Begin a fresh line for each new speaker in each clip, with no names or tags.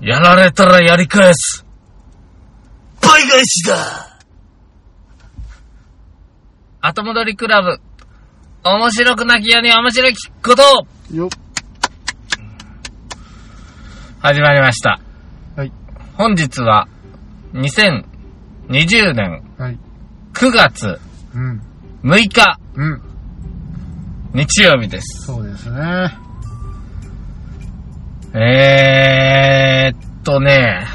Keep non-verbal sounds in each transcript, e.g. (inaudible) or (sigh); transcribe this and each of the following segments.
やられたらやり返す。
倍返しだ
後戻りクラブ。面白くなきように面白きことを
よ
始まりました。
はい。
本日は、2020年
はい。
9月
うん。
6日
うん。
日曜日です。
そうですね。
えーっとね、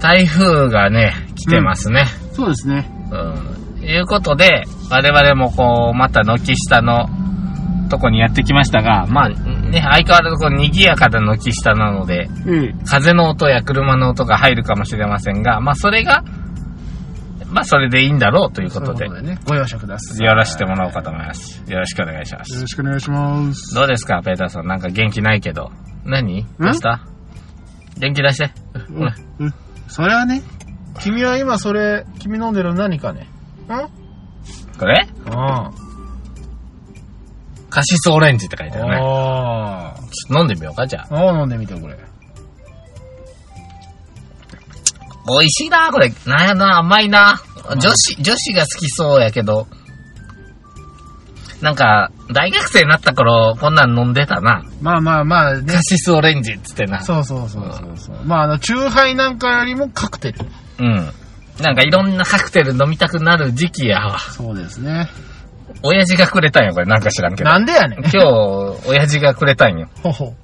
台風がね、来てますね。
そうですね。
うん。いうことで、我々もこう、また軒下のとこにやってきましたが、まあ、ね、相変わらずこう、賑やかな軒下なので、
ええ。
風の音や車の音が入るかもしれませんが、まあ、それが、まあ、それでいいんだろうということで、
そういうね、ご容赦ください。
やらせてもらおうかと思います。よろしくお願いしま
よ
す。
ろしくお願いします。
どうですか、ペーターさん。なんか元気ないけど。何どうした元気出して。
うんうんそれはね、君は今それ、君飲んでるの何かね。んうん。
これ
あ
カシスオレンジって書いてあるね。
あー。
ちょっと飲んでみようか、じゃあ。
ああ、飲んでみてよ、これ。
美味しいな、これ。なんやな、甘いな。女子、女子が好きそうやけど。なんか、大学生になった頃、こんなん飲んでたな。
まあまあまあね
カ。シスオレンジっつってな。
そうそうそうそうそう。まあ、あの、チューハイなんかよりもカクテル。
うん。なんかいろんなカクテル飲みたくなる時期やわ。
そうですね。
親父がくれたんよ、これ。なんか知らんけど。
なんでやねん。
今日、親父がくれたんよ。
ほほ。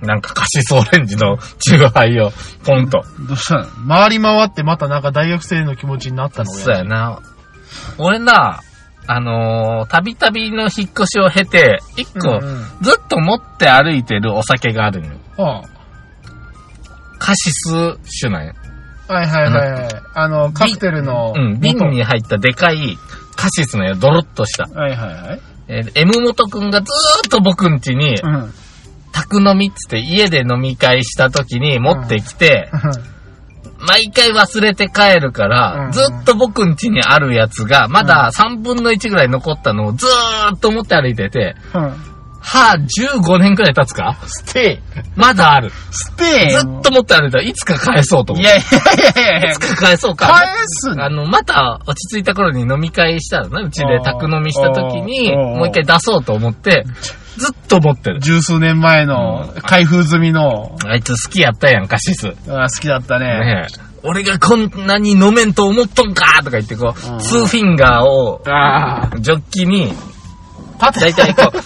なんかカシスオレンジのチューハイを、ポンと。
どうしたの回り回ってまたなんか大学生の気持ちになったの
そうやな。俺な、あのー、たびたびの引っ越しを経て、一個、
うんうん
ずっと持って歩いてるお酒があるんよ。
は
カシス酒なんよ。
あ、はいはいはいはい。あの、カクテルの。
うん、瓶に入ったでかいカシスのよ、ドロッとした。
はいはいはい。
えー M 元くんがずーっと僕ん家に、
うん。
宅飲みっつって家で飲み会した時に持ってきて、毎回忘れて帰るから、
うん
ずっと僕ん家にあるやつが、まだ3分の1ぐらい残ったのをずーっと持って歩いてて、
うん。
はぁ、15年くらい経つか
ステ
まだある。
イ。ステイ。
ずっと持って歩いたらいつか返そうと思
い
って。
やいやいやいや
いつか返そうか。
返す
あの、また落ち着いた頃に飲み会したらな、うちで宅飲みした時に、
あーあー
もう一回出そうと思って、ずっと持ってる。
十数年前の開封済みの、
あいつ好きやったやん、カシス。
あ好きだったね。
ねえ。俺がこんなに飲めんと思っとんかとか言ってこう、
うん
ツーフィンガーを、
ああ。
ジョッキに、
縦
だいたい (laughs)
(laughs)
こう、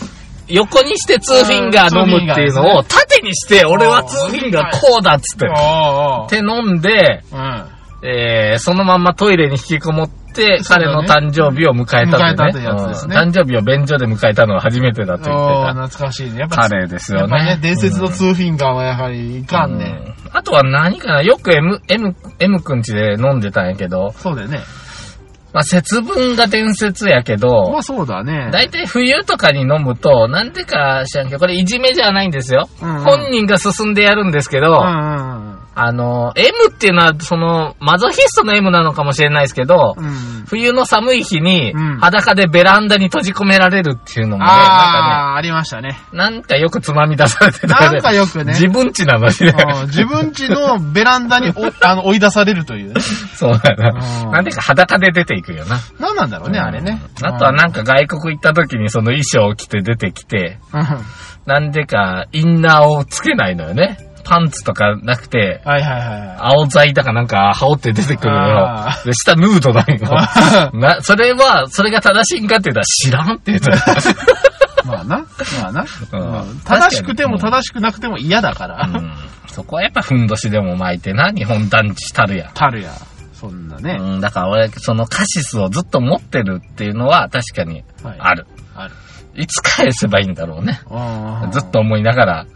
横にしてツーフィンガー飲むっていうのを、縦にして、俺はツーフィンガーこうだっつって。
ああ。
って飲んで、
うん。
えー、そのまんまトイレに引きこもって、
そう
彼
だ
の
ね
誕生日を迎えた
迎えた
と
っ
い
て
うね
やつですね
うん誕生日を便所で迎えたのは初めてだと言
おー
って。
懐かしいね。やったぱ、
彼です
や
よ
っ
ね。
ぱね、伝説のツーフィンガーはやはりいかん
う
ね。
んあとは何かなよく M、M、M くんちで飲んでたんやけど、
そうだよね。
まあ、節分が伝説やけ
ま
ど
あ、そうだね。
大体冬とかに飲むと、なんでか知らんけど、これいじめじゃないんですよ。
うんうん
本人が進んでやるんですけど、
うんうん
あの、M っていうのは、その、マゾヒストの M なのかもしれないですけど、
うん。うん。
冬の寒い日に
うん、
裸でベランダに閉じ込められるっていうのもね、なんか
ああ、ありました (laughs) ね。
ね、なんかよくつまみ出されてたよ
なんかよくね
自分ちなのに
うん
ね。
自分家のベランダに
(laughs)
おあの追い出されるというね。
そうだ
う
な。
ん
なんでか裸で出ていくよな。
何なんだろうね、あれね。
あとはなんか外国行った時にその衣装を着て出てきて、
うん。は
なんでかインナーをつけないのよね。パンツとかなくて
い、は
(laughs)
いは
青材だかなんか羽織って出てくるのよ
あ。
で、下ヌードだよ。
い。
な、それは、それが正しいんかって言ったら知らんって言うのよ
まあな、まあな。
うん
うん正しくても
確かに
正しくなくても嫌だか
う
ら。
んそこはやっぱふんどしでも巻いてな、日本団地たるや。
たるや。そんなね。
うん、だから俺、そのカシスをずっと持ってるっていうのは確かに
はい
ある。
ある。
い、つ返せばいいんだろうね。
うん
ずっ。と思いながら、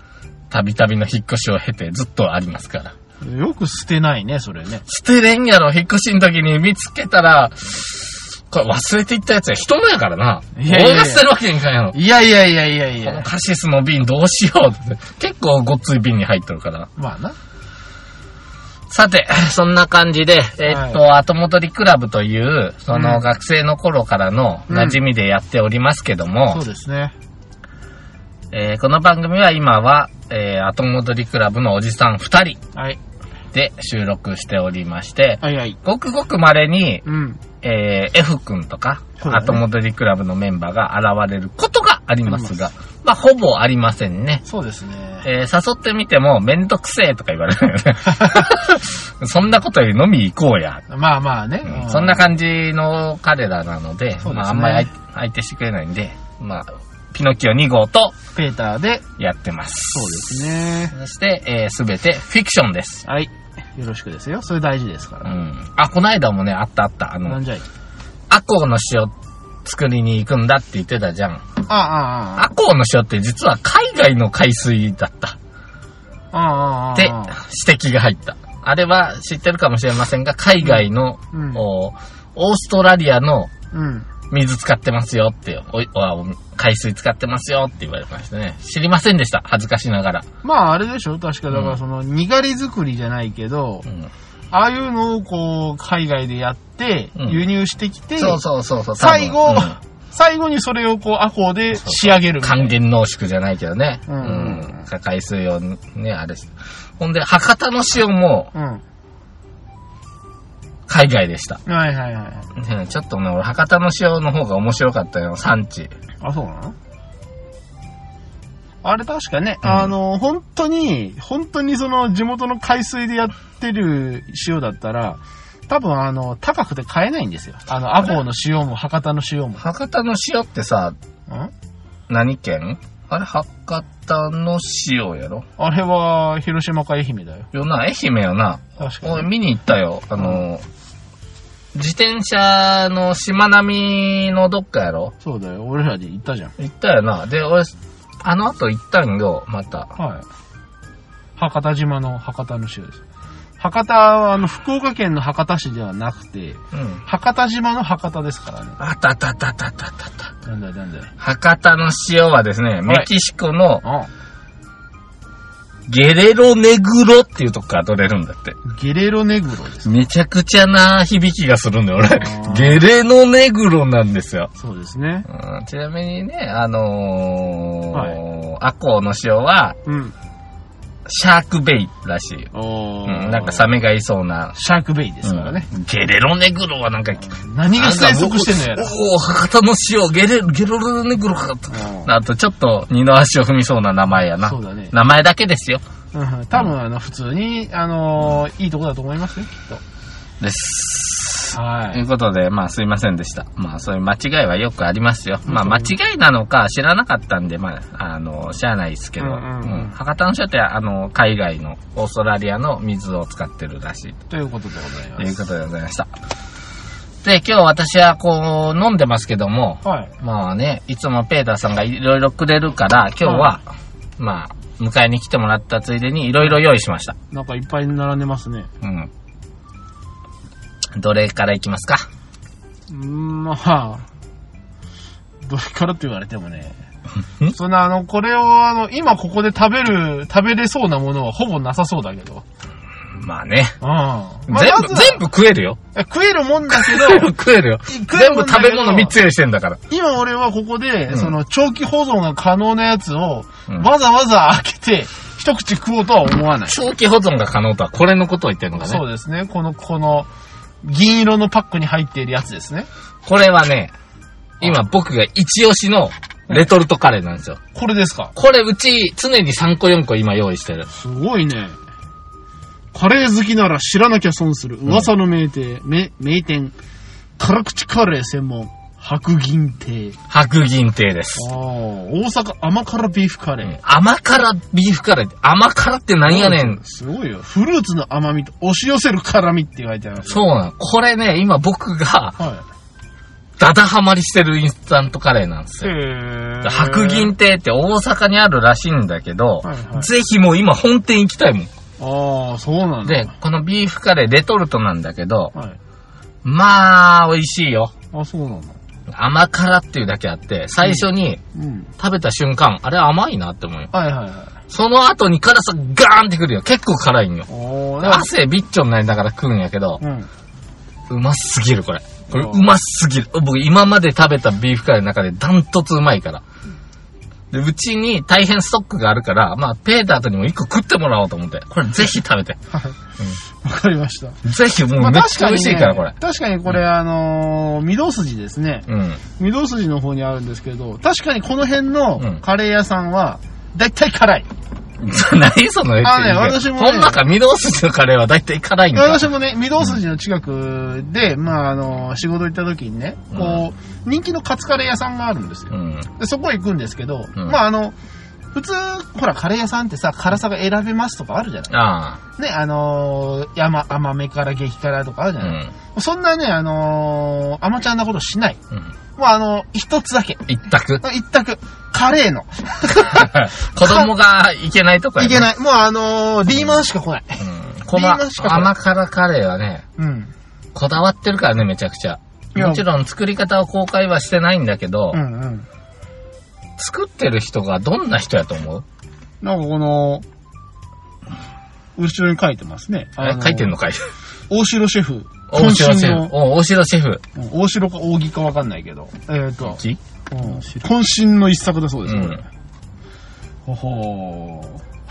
たびたびの引っ越しを経てずっとありますから。
よく捨てないね、それね。
捨てれんやろ、引っ越しの時に見つけたら、これ忘れていったやつや、人のやからな。
いやいやいや
俺が捨てるわけにいかんやろ。
いやいやいやいやい
この
や。
カシスの瓶どうしようって。結構ごっつい瓶に入っとるから。
まあな。
さて、 (laughs) そんな感じで、えっと、後戻りクラブという、その
うん
学生の頃からの
うん
馴染みでやっておりますけど
そ
も
う、ですね。
えーこの番組は今は、えー後戻りクラブのおじさん2人、
はい。
で収録しておりまして、
はいはい。
ごくごく稀に、
うん。
えー F 君とか、
そうだね
後戻りクラブのメンバーが現れることがありますが、まあ、ほぼありませんね。
そうですね。
えー誘ってみても、めんどくせえとか言われる (laughs) よね。そんなことより飲み行こうや。
まあまあね。う
そんな感じの彼らなので、
すね
まあ、あんまり相相手してくれないんで、まあ、ピノキオ2号と
ペーターで、
やってます。
そうですね。
そして、えーすべてフィクションです。
はい。よろしくですよ。それ大事ですか
う
ら。
ん。あ、こないだもね、あったあった。あ
な
の
ん、じゃい。
アコウの塩作りに行くんだって言ってたじゃん。
ああ、ああ、あ
アコウの塩って実は海外の海水だった。
あ、ああ、ああ。
で、指摘が入った。あれは知ってるかもしれませんが、海外の、
うん
おオーストラリアの
うん。
水使ってますよっておいお海水使ってますよって言われましたね。知りませんでした。恥ずかしながら。
まああれでしょ確かだからその、にがり作りじゃないけど、
うん
ああいうのをこう、海外でやって、
うん
輸入してきて、
そうそうそうそう。多分
最後、
うん
最後にそれをこう、アコーで仕上げるみた
還
いな。
元濃縮じゃないけどね。
うん
うん。海水をね、あれしほんで、博多の塩も海外でした。
うん。はいはいはい。
ねちょっとね、俺、博多の塩の方が面白かったよ、産地。
あ、そうなのあれ確かね、
うん
あの、本当に、本当にその地元の海水でやってる塩だったら、多分あの、高くて買えないんですよ。あの、アコーの塩も博多の塩も。
博多の塩ってさ、
ん
何県あれ、博多の塩やろ
あれは、広島か愛媛だよ。
よな、愛媛よな。
確か
俺
に。
見に行ったよ。あの、自転車のしまなみのどっかやろ
そうだよ。俺らで行ったじゃん。
行ったよな。で、俺、あの後行ったんよ、また。
はい。博多島の博多の塩です。博多は、あの、福岡県の博多市ではなくて、
うん。
博多島の博多ですからね。
あったあったあったあったあったあった。
なんだよなんだよ。
博多の塩はですね、メキシコの
あ
ゲレロネグロっていうとこから取れるんだって。
ゲレロネグロです。
めちゃくちゃな響きがするんだよ、俺
ー。
ゲレノネグロなんですよ。
そうですね。
うんちなみにね、あのー
は
アコウの塩は、
うん。
シャークベイらしいよ。
お
うん、なんかサメがいそうな。
シャークベイですからね。
うんゲレロネグロはなんか、
何が生息してん
な
のや
ん
ら
か。僕おお、博多の塩、ゲレ、ゲロロネグロかと。あと、ちょっと二の足を踏みそうな名前やな
そ。うだね。
名前だけですよ。
うん多分、あの、普通に、あのー、いいとこだと思いますよ、きっ
です。
と。は
とい
い。
うことで、まあすいませんでした。まあそういう間違いはよくありますよ。まあ間違いなのか知らなかったんで、まあ、あの、知らないですけど、
うんうんうん
うん博多の人って、あの、海外のオーストラリアの水を使ってるらしい
ということでござい
と
ま
いう
す。
ことでございました。で、今日私はこう、飲んでますけども、
はい。
まあね、いつもペーターさんがいろいろくれるから、今日は、まあ、迎えに来てもらったついでにいろいろ用意しました。
なんかいっぱい並んでますね。
うん。どれからいきますか
うん、まあ、どれからって言われても
(laughs)
ね。そんな、あの、これを、あの、今ここで食べる、食べれそうなものはほぼなさそうだけど。
まあね。
うん。まあ
全
まず
部、
は
全部食えるよ。
え食えるもんだけど、
(laughs) 食えるよ。
食え
全
るも
部
んだ
食
け
べ
ど
物3つ用意してんだから。
今俺はここで、
ん
その長期保存が可能なやつを、
うん
わざわざ開けて、一口食おうとは思わない。
長期保存が可能とはこれのことを言ってるのか
そ
ね。
うですね。この、この、銀色のパックに入っているやつですね。
これはね、今僕が一押しのレトルトカレーなんですよ。
これですか。
これうち常に3個4個今用意してる。
すごいね。カレー好きなら知らなきゃ損する。噂の名店、名名店。辛口カレー専門。白銀亭。
白銀亭です。
ああ、大阪甘辛ビーフカレー。
甘辛ビーフカレーって、甘辛って何やねん。
すごいよ。フルーツの甘みと押し寄せる辛みって書いてある。
そうなの。これね、今僕が
は
ダダハマりしてるインスタントカレーなんです
い。へ
よ。
え
白銀亭って大阪にあるらしいんだけど、
はいはい
ぜひもう今本店行きたいもん。
ああ、そうなんだ。
で、このビーフカレーレトルトなんだけど、
はい。
まあ、美味しいよ。
あ、そうなんだ。
甘辛っていうだけあって、最初に
うん。
食べた瞬間、あれ甘いなって思うよ。
はいはいはい。
その後に辛さガーンってくるよ。結構辛いんよ。
おー、だか
汗びっちょになりながら食うんやけど、
らうん。
うますぎる、これ。これ、うますぎる。僕、今まで食べたビーフカレーの中でダントツうまいから。で、うちに大変ストックがあるから、まあ、ペーターとにも一個食ってもらおうと思って。これぜひ食べて。
わかりました。
ぜひ、もうめっちゃ美味しいから、これ。
確かにこれ、あのー、御堂筋ですね。
うん。 (laughs)
御堂筋の方にあるんですけど、確かにこの辺
うん
のカレー屋さんは、だいたい辛い。
何そのエピソード
あね私もね
この中、御堂筋のカレーは大体辛いんだ。
私もね、御堂筋の近くで、まあ、あのー、仕事行った時にね、こう、人気のカツカレー屋さんがあるんですよ
う。ん。
でそこへ行くんですけど、
うん
まああの、普通、ほら、カレー屋さんってさ、辛さが選べますとかあるじゃない
あ
ね、あのー、甘、甘めから激辛とかあるじ
あ。
ゃ
う
ない、
ん。
そんなね、あのー、甘ちゃんなことしない。
うん。
もうあの、一つだけ。
一択。 (laughs)
一択。カレーの。
子供がいけないとこや
い
ね
けない。もうあのー、リーマンしか来ない。
うんこ
リーマンしか
の
ない
甘辛カレーはね、
うん。
こだわってるからね、めちゃくちゃ。
いや
もちろん作り方を公開はしてないんだけど、
うんうん。
作ってる人がどんな人やと思う
なんかこの、後ろに書いてますね。
え書いてん
の
のかい
大城シェフ。
大城シ
渾身
ェ
の
フ。お大城シェフ。
うん大城か扇かわかんないけど。えっ、ー、と、
き
うん渾身の一作だそうです、
うん
これ。ほほー。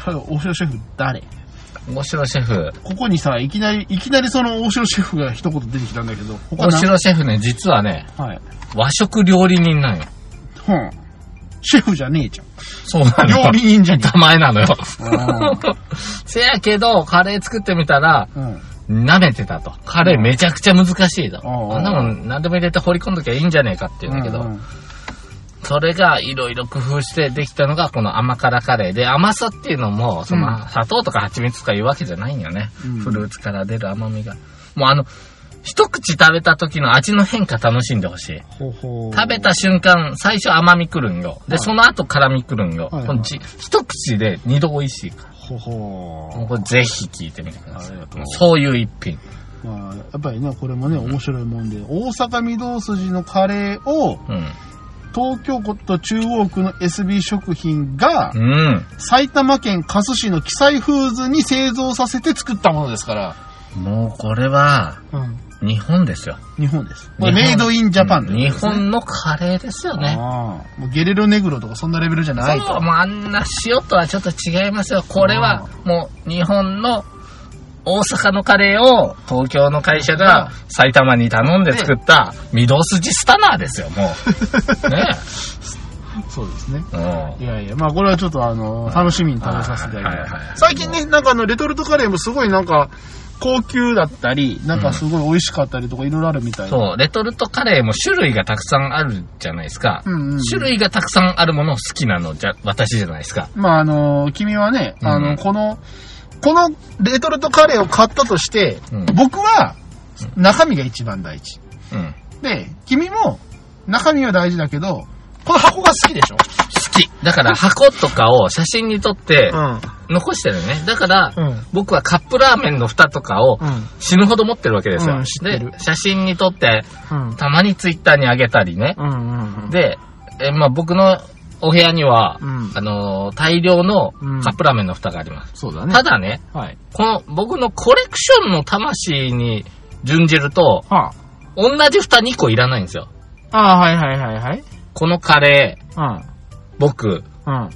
これ大城シェフ誰
大城シェフ。
ここにさ、いきなり、いきなりその大城シェフが一言出てきたんだけど、他
大
な
城シェフね、実はね、
はい。
和食料理人なんよ。
うん。シェフじゃねえじゃん。
そうなの
料理人じゃね
名前なのよ。
え。うん
せやけど、カレー作ってみたら、
うん。
舐めてたと。カレーめちゃくちゃ難しいと。
うん
あんなもん何でも入れて放り込んどきゃいいんじゃねえかって言うんだけど、
うん
それがいろいろ工夫してできたのがこの甘辛カレーで、甘さっていうのも、そ
うん
の砂糖とか蜂蜜とかいうわけじゃないんよね。
うん
フルーツから出る甘みが。もうあの、一口食べた時の味の変化楽しんでほしい。
ほほ
食べた瞬間、最初甘みくるんよ。で、
はい
その後辛みくるんよ。
はいはい
このじ一口で二度美味しいから。
ほほ
もうこれぜひ聞いてみてくだ
あ
さい
りがとう。
そういう一品。
まあ、やっぱりね、これもね、面白いもんで、大阪御堂筋のカレーを、
うん。
東京都中央区の SB 食品が
う、ん。
埼玉県加須市の記載フーズに製造させて作ったものですから、
もうこれは、
うん、
日本ですよ。
日本です。これ
日本
メイドインジャパンと
日
いうことですね
本のカレーですよね。
ああもうゲレロネグロとかそんなレベルじゃない
そう、
と。
もうあんな塩とはちょっと違いますよ。これはもう日本の大阪のカレーを東京の会社が埼玉に頼んで作った御堂筋スタナーですよ、も
(laughs)
う。ね
そうですね。
え。も
いやいや、まあこれはちょっとあの、楽しみに食べさせていただき
はいはいは
ま
い
す。最近ね、なんかあの、レトルトカレーもすごいなんか、高級だったり、なんかすごい美味しかったりとかいろいろあるみた
う
いな。
そう、レトルトカレーも種類がたくさんあるじゃないですか。
うんうんうん
種類がたくさんあるものを好きなのじゃ、私じゃないですか。
まああの、君はね、あ
うん
の、この、このレトルトカレーを買ったとして
うん、
僕は中身が一番大事。
うん。
で、君も中身は大事だけど、この箱が好きでしょ
好き。だ
(laughs)
から箱とかを写真に撮って
ん。
残してるね。だから、
うん。
僕はカップラーメンの蓋とかを
うん。
死ぬほど持ってるわけですよ。
うん知ってる
で、写真に撮って、
うん。
たまにツイッターに上げたりね。
うん。
で、えまあ僕のお部屋には、
うん
あのー大量のカップラーメンの蓋があります。
そうだね。
ただね、
はい。
この僕のコレクションの魂に準じると、
はあ。
同じ蓋2個いらないんですよ。
ああ、はいはいはいはい。
このカレー、
う
僕、
ん。うん。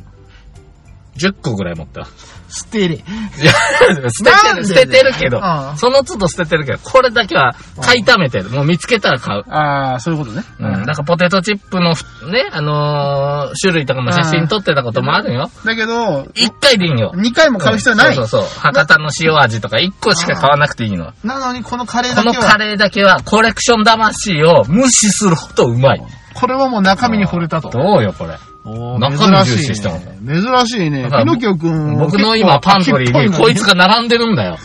10個ぐらい持ってます。
(laughs) 捨てれ。
いや捨ててる、捨ててるけど
う、ん
その都度捨ててるけど、これだけは買い溜めてる。もう見つけたら買う。
ああ、そういうことね。
うん、なんかポテトチップのふ、ね、あのー種類とかも写真撮ってたこともあるよ。
だけど、
一回でいいよ。
2回も買う必要ない。
そうそうそう。博多の塩味とか一個しか買わなくていいの。
なのに、このカレー
こ
だけ
の
は、
カレーだけはコレクション魂を無視するほどうまい。
これはもう中身に惚れたと。
どうよ、これ。
おー
中身重視し
珍してい
ま
ね
す
珍しいね
だか。ら
ピノキオくん。
僕の今パントリーにこいつ
が。
が並んでるんだ
(laughs)
よ。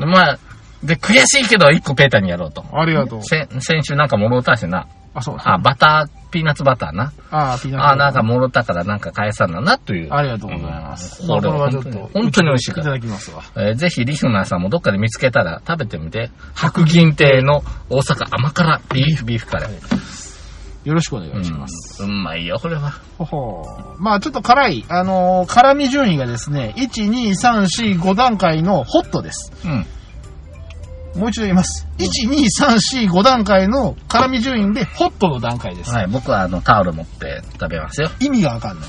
まあ、で、悔しいけど一個ペーターにやろうと。
ありがとう。
せ先週なんかもろうたしな。
あ、そうだ。
あ、バター、ピーナッツバターな。
ああ、ピノキオ。
あ、なんかもろたからなんか返さんだなという。
ありがとうございます。
うん
まあ
これは
ちょ
本当
っと
に、本当に美味しい
い
か
た
ら。
だきますわ。
えーぜひリスナーさんもどっかで見つけたら食べてみて。白銀亭の大阪甘辛ビーフビーフカレー。
よろしくお願
う
いします。
ん、うまいよ、これは。
ほほーまあちょっと辛い、あのー辛味順位がですね、1、2、3、4、5段階のホットです。
うん。
もう一度言います。1、2、3、4、5段階の辛味順位で、ホットの段階です。
はい、僕はあの、タオル持って食べますよ。
意味がわかんない。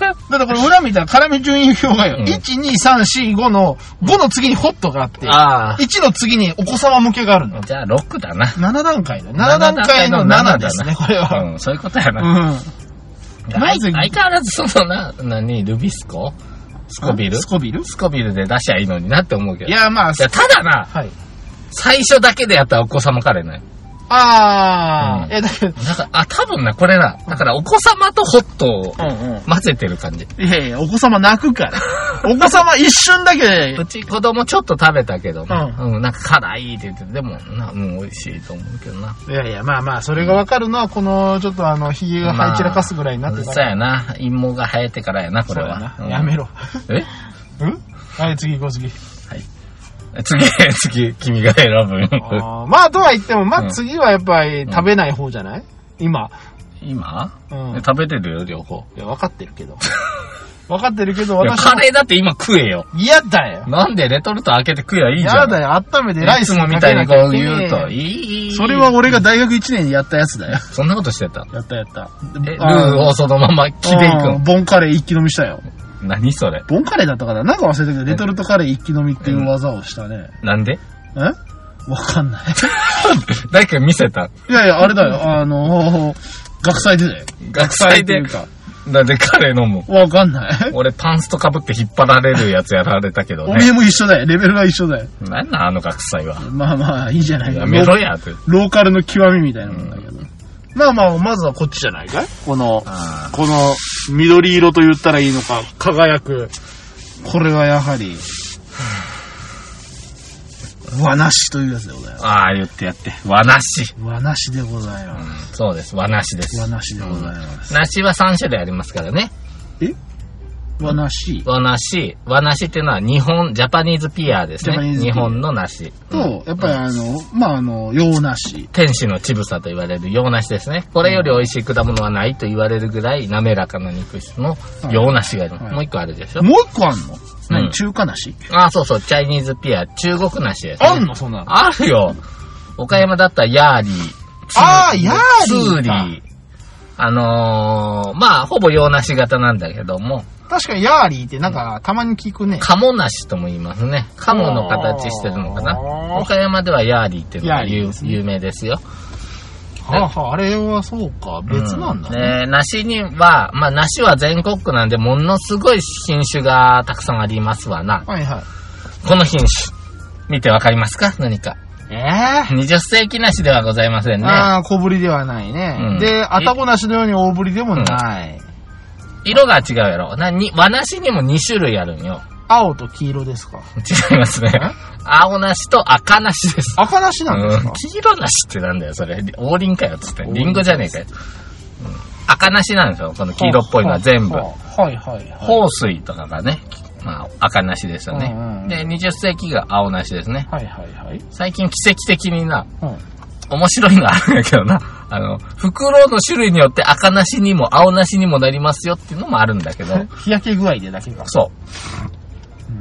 だからこれ裏見たら辛味順位表がよ、
うん
1、2、3、4、5の、5の次にホットがあって、
ああ。
1の次にお子様向けがあるの。
じゃあ、6だな。
7段階だ。7段階の7ですね、これは。
うん、そういうことや
う
な。あ
ん。
い
なぜ
相変わらずそのな、何、ルビスコスコビル
スコビル
スコビルで出しゃいいのになって思うけど。
いや、まあ
い、や、ただな、
はい。
最初だけでやったらお子様カレーね。
あ
うん
ー、え、だけど、
だから、あ、多分な、これな。だから、お子様とホットを
うんうん。
混ぜてる感じ。
いやいや、お子様泣く (laughs) から。お子様一瞬だけ
う、ち子供ちょっと食べたけども、
う
うん、なんか辛いって言ってて、でも、な、うん、美味しいと思うけどな。
いやいや、まあまあ、それがわかるのは、この、ちょっとあの、髭が生え散らかすぐらいになって
ま
か
あ
ら
そうやな。陰謀が生えてからやな、これは。
そうだなやめ
ろ。
ろ。
え
うんはい、次行こう、次。
次、 (laughs) 次、君が選ぶ。
あーまあ、とは言っても、ま
う
あ
ん
次はやっぱり食べない方じゃない今。
今、
うん。い
食べてるよ、両方。
や、わかってるけ (laughs) ど。わかってるけど、
いや
私
カ
も
レーだって今食えよ。
嫌だよ。
なんでレトルト開けて食えばいいじゃん。
嫌だよ、温めてライ
い
ス
つ
に
も
か
み
け
たい
な
に
きゃ
こ
いうけねえ
言うと、いいいい。
それは、俺が大学1年にやったやつだよ。
そんなことしてた。
やったやった。
え、ルーをそのまま着ていく
うん
の。
ボンカレー一気飲みしたよ。
何それ。
ボンカレーだったかななんか忘れたけど、レトルトカレー一気飲みっていう技をしたね。
なんで (laughs)
えわかんない。 (laughs)
誰か見せた。
いやいや、あれだよ、あの、学祭でだよ。
学祭
ってい
で
う、か。
なんでカレー飲む。
わかんない。
俺パンスト被って引っ張られるやつやられたけど
お
ね
め。えも一緒だよ。レベルが一緒だよ。
なんなんあの学祭は。
まあまあ、いいじゃない
や
か。
めろやって。
ローカルの極みみたいなもんだけど。まあまあ、まずはこっちじゃないかいこの、
あ
この、緑色と言ったらいいのか、輝く。これはやはり、和なしというやつでございます。
あー、言ってやって。和なし。
和なしでございま。
そうです。和なしですす
和。なしでございます。
梨は3種類ありますからね。
和なし
和梨。和梨っていうのは日本、ジャパニーズピアです
ジャパニー
ね。
ズピア
日本の梨。
と、やっぱりあの、まああの、洋なし。
天使の乳房と言われる洋梨ですね。これより美味しい果物はないと言われるぐらい滑らかな肉質の洋梨がいる。
はい
もう一個あるでしょ、
もう一個あんの何、
うん
中華なし
ああ、そうそう、チャイニーズピア、中国梨です、ね。
あんのそんなの。
あるよ。岡山だったらヤーリー。
あーヤーリー
ツーリ
か
ー。あのー、まあ、ほぼ洋梨型なんだけども、
確かにヤーリーってなんか、たまに聞くね。
鴨梨とも言いますね。鴨の形してるのか
あー
な。岡山ではヤーリーっていうの
ヤー
が
リー
有
ですね
有名ですよ。
はあ、はあ、あれはそうか、別なんだ
う
ね。
で梨には、まあ、梨は全国区なんで、ものすごい品種がたくさんありますわな。
はいはい。
この品種、見てわかりますか何か。
ええ
20世紀梨ではございませんね。
ああ、小ぶりではないね。
うん
で、あたごなしのように大ぶりでもない。
色が違うやろ。な、に、和梨にも2種類あるんよ。
青と黄色ですか。
違いますね。青梨と赤梨です。
赤なし
う
なんです
ん
か、、
黄色梨ってなんだよ、それ。王林かよ、つって。リンゴじゃねえかよ。うん赤梨なんですよ、この黄色っぽいのは全部。
はあはいはいはい。
豊水とかがね、まあ、赤梨ですよね
うんうん。
で、20世紀が青梨ですね。
はいはいはい。
最近奇跡的にな、
うん
面白いのあるんやけどな。あの、袋の種類によって赤梨にも青梨にもなりますよっていうのもあるんだけど、
日焼け具合でだけが。
そう
ー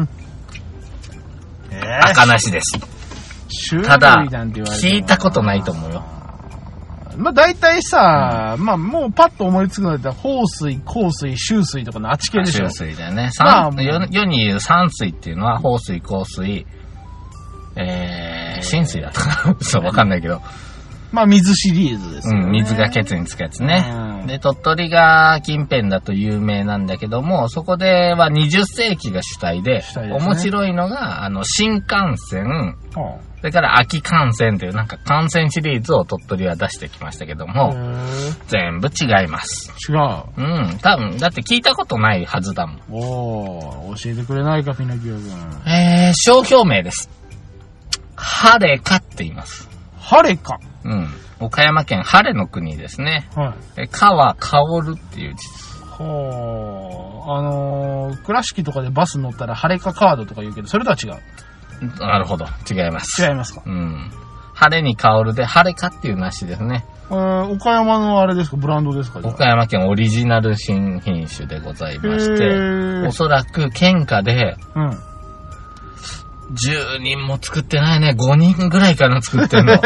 ん。ええ
う、赤梨です。
種類
ただ、
なんて言われても
聞いたことないと思うよ。
まあ大体さ、まあもうパッと思いつくのだったら、放水、香水、周水とかのあっち系でしょ
中。水だよね。
ま
三
あ
世世に言う山水っていうのは、豊水、香水、えー、浸水だったかな (laughs) そう、わかんないけど。
まあ水シリーズです
う
よね。
ん、水がケツにつくやつ
う
ね
ん。
で、鳥取が近辺だと有名なんだけども、そこでは20世紀が主体で、
主体ですね
面白いのが、あの、新幹線、
はあ
それから秋幹線というなんか幹線シリーズを鳥取は出してきましたけども、
違
全部違います。うん、多分、だって聞いたことないはずだもん。
う。おー、教えてくれないか、ピノキオ君。
えー、商標名です。ハレカって言います。
晴れか。
うん。岡山県ハレの国ですね。
はい。
え、かは薫っていう字
ほー。あのー、倉敷とかでバス乗ったら晴れかカードとか言うけど、それとは違う。
うんなるほど。違います。
違いますか。
うん。晴れに薫るで、晴れかっていう梨ですね。
えー、岡山のあれですか、ブランドですか、じゃあ
岡山県オリジナル新品種でございまして、
へー
おそらく県下で
うん。
10人も作ってないね。5人ぐらいかな、作ってん
(laughs)
の。こ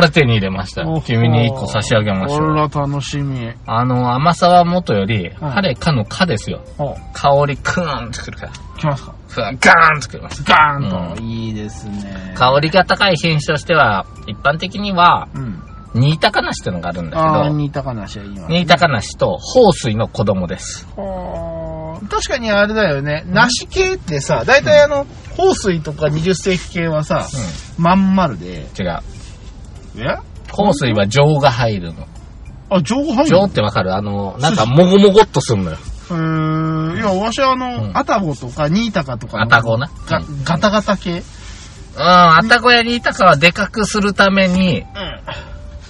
れ手に入れました
お。ー
君に1個差し上げまし
こ
ょう。
ら楽しみ。
あの、甘さはもとより、
ん
はれかのかですよ。
お、
香りクーンってくるから。
来ますか
ふわガーンってくるます。
ガーン
う
と。いいですね。
香りが高い品種としては、一般的には、
うん。
新高梨ってのがあるん
ああ、
だけ
似た話は言いま
ど、
す。
新高梨と豊水の子供です。
あー確かにあれだよね。梨系ってさ、大体あの、香水とか20世紀系はさ、まん丸で。
違う。
え
香水は情が入るの。
あ、情報入る
情ってわかるあの、なんかもごもごっとすんのよ。
えー、いや、わしはあの、
うん
アタゴとかニータカとかの
アタゴな
が
う
ガタガタ系。
うん、あたこや新高はでかくするために、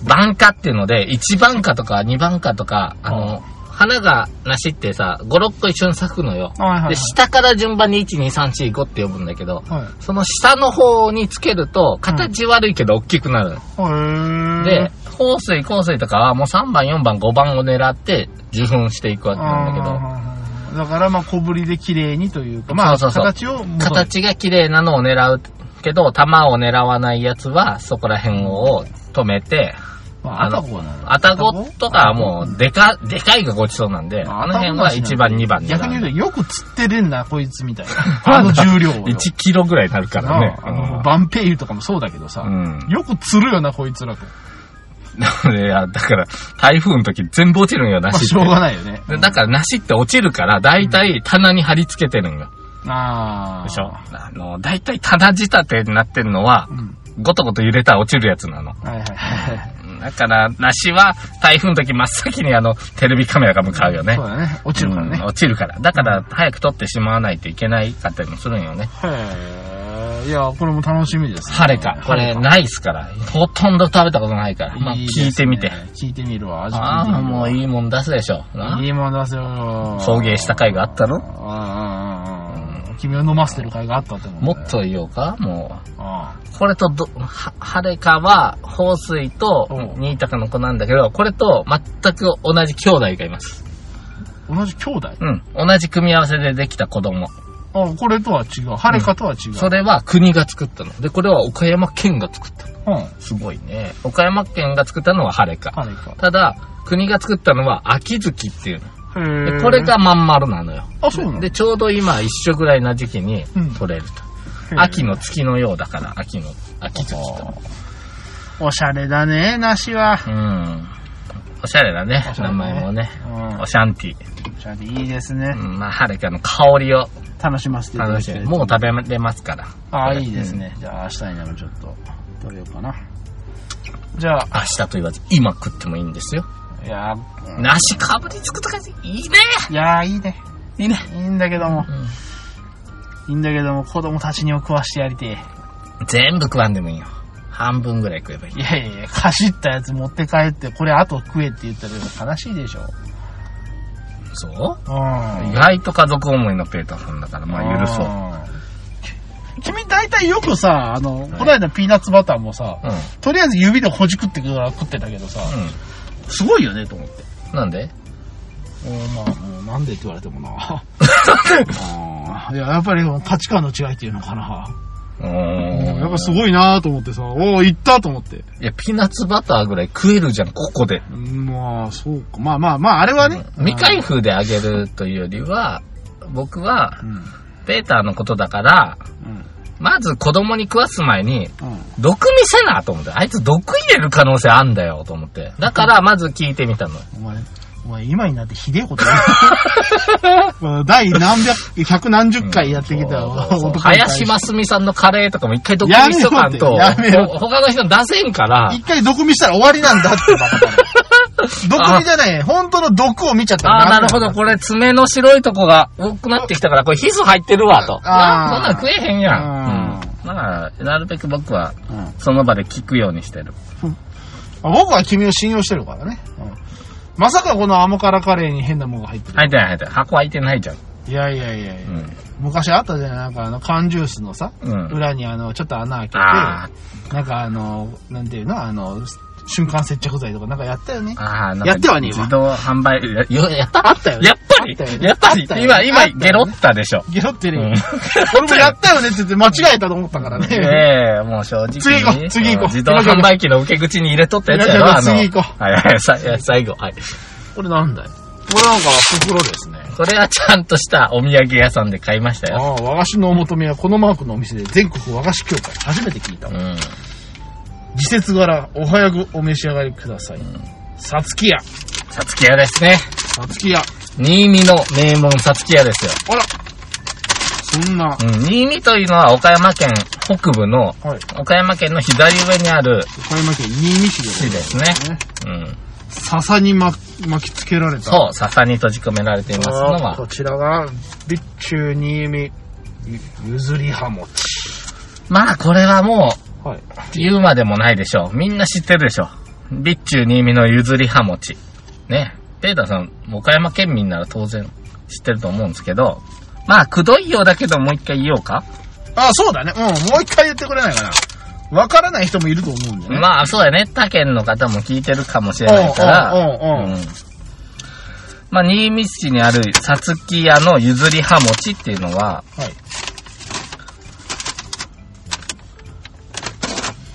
番花っていうので、1番花とか2番花とか、あの、花が梨ってさ、5、6個一緒に咲くのよ。
はいはいはい
で、下から順番に1、2、3、4、5って呼ぶんだけど、
はい。
その下の方につけると、形悪いけど大きくなる。
へ
で、放水、香水とかはもう3番、4番、5番を狙って、受粉していくわけなんだ
だけど。だから、まあ、小ぶりで綺麗にというか、まあ、
そうそうそう
形を
けど、
戻る。
形が綺麗なのを狙うけど、玉を狙わないやつは、そこら辺を止めて、
ま
あ
あ、ア
の
タゴはなの
アタゴとかはもう、でか、でかいがごちそうなんで、
ま
あの辺は1番、2番狙う。
逆に言うと、よく釣ってれんな、こいつみたい
(laughs)
な。あの重量をよ。
1キロぐらいになるからね
な。あの、バンペイユとかもそうだけどさ、
うん (laughs)
よく釣るよな、こいつらと。
なので、いやだから、台風の時全部落ちるんよ、
まあ、
梨って
しょうがないよね。
でだから、梨って落ちるから、だいたい棚に貼り付けてるんよ。
ああ。
でしょあの、だいたい棚仕立てになってるのは
う、ん。
ごとごと揺れたら落ちるやつなの。
はいはいはいはい。
だから、梨は台風の時真っ先にあの、テレビカメラが向かうよね
そう。だね。落ちるからね
うん。落ちるから。だから、早く取ってしまわないといけないかったりもするんよね。
へえ。いや、これも楽しみです、ね。
晴れか。これ、ないっすから。ほとんど食べたことないから。まあ、
いですね
聞いてみて。。
聞いてみるわ。味聞いてみ
ああ、
るわ
もういいもん出すでしょ。ない
いもん出せよ。
送迎した回があったろ
うんうんうんうん。君を飲ませてる会があったってもんね
もっと言おうかもう。
あ
これとど、は、はれかは、放水と
う、ん
新高の子なんだけど、これと全く同じ兄弟がいます。
あ同じ兄弟
うん。同じ組み合わせでできた子供。
あこれとは違う。はるかとは違う。
それは国が作ったの。で、これは岡山県が作ったの。
うん。
すごいね。岡山県が作ったのは晴れか。
はるか。
ただ、国が作ったのは秋月っていうの。
へ
で、
え。
これがまん丸なのよ。
あ、そうなの
で、ちょうど今一緒ぐらいな時期に
うん
取れると。
へー
秋の月のようだから、秋の、秋月と。
おしゃれだね、梨は。
うん。おしゃれだね
お。しゃれ
名
だね
前もね。
うん
お。シャンティ。
おしゃれいいですね
う。ん、まあ、はるかの香りを
楽しませていただ
楽
き
したみ
い
に。もう食べれますから。
ああ、いいですね。じゃあ明日にでもちょっと、取れようかな。じゃあ、
明日と言わず、今食ってもいいんですよ。
いやー、
梨かぶりつくとか、いいね
いやーいいね。
いいね。
いいんだけども、
ん
いいんだけども、子供たちにも食わしてやりてえ。
全部食わんでもいいよ。半分ぐらい食えばいい
い。やいやいや、かじったやつ持って帰って、これあと食えって言ったら悲しいでしょ。
そう
う
意
ん。
外と家族思いのペーターさんだから、まあ許そう。
うん。君大体よくさ、あの、こないだピーナッツバターもさ、
うん。
とりあえず指でほじくってくから食ってたけどさ、
う
すごいよねと思って。
ん。なんで
うん、まあ、もうなんでって言われても (laughs) な。うんいや、やっぱりその価値観の違いっていうのかな。
う
うんやっ
ーん。
ぱすごいなと思ってさ、おお、行ったと思って。
いや、ピーナッツバターぐらい食えるじゃん、ここで。
まあ、そうか。まあまあまあ、あれはね。
未開封であげるというよりは、僕は
う、ん。うん。
ペーターのことだから、まず子供に食わす前に、
うん。
毒見せなと思って。あいつ毒入れる可能性あんだよ、と思って。だから、まず聞いてみたの。
お前、お前今になってひでえことや (laughs) るまあ第何百、百何十回やってきた
そうそうそう
男に対して
林真澄さんのカレーとかも一回毒味しとかんと、
やめろってやめろ
ほ他の人出せんから、
一回毒見したら終わりなんだってバカだ (laughs) ね毒見じゃない。本当の毒を見ちゃったら
ああ、な
ダメ
るほ
んだ
ど。。これ爪の白いとこが多くなってきたから、これヒス入ってるわ、と。あ
あー
そんなん食えへんやん。
あー
うん。だから、なるべく僕は、
うん
その場で聞くようにしてる。
僕は君を信用してるからね。うんまさかこの甘辛カレーに変なものが入ってる。
入ってない、入ってない。箱開いてないじゃん。
いやいやいやいうや。
ん。
昔あったじゃないなんかあの缶ジュースのさ、
うん。
裏にあの、ちょっと穴開けて、
ああ、
なんかあの、なんていうのあの、瞬間接着剤とかなんかやったよね。
ああ、なんか
やってはねえわ
自動販売、やや (laughs) やった
あったよね
やっぱり
あったよね
やっぱり
あったよね
今、
あ
今
った、よね
ゲロったでしょ。
ゲロってる
う
よ。
ん。
俺もや
(laughs)
ったよねって言って間違えたと思ったから (laughs) ね。
ええもう正直に。
次行こう次行こう
自動販売機の受け口に入れとったやつやろ、
いやいや
あの。
次行こう
はいはい、さいや最後。はい。
これなんだいこれなんか袋ですね。
これはちゃんとしたお土産屋さんで買いましたよ。
ああ、和菓子のお求めはこのマークのお店で全国和菓子協会初めて聞いた
う
わ。
ん。
時節柄、お早くお召し上がりください。さつき屋。
さつき屋ですね。
さつき屋。
新見の名門さつき屋ですよ。
あら。そんな。は
うん。新見というのは岡山県北部の、
い。
岡山県の左上にある
岡山県新見市でござ
市
いま
ですね。
すね。
うん。
笹に巻巻きつけられた。
そう、笹に閉じ込められていますの
あー
は
こ、ちらが、備中新見、ゆゆずりはもち。
まあこれはも
はい。
う、言うまでもないでしょう。みんな知ってるでしょう。備中新見の譲り葉餅。ね。ペーターさん、岡山県民なら当然知ってると思うんですけど、まあ、くどいようだけどもう一回言おうか。
あ、そうだね。うん、もう一回言ってくれないかな。わからない人もいると思うんだよね。
まあ、そうだね。他県の方も聞いてるかもしれないから。
うんうんうんうん。
まあ、新見市にあるさつき屋の譲り葉餅っていうのは、
はい。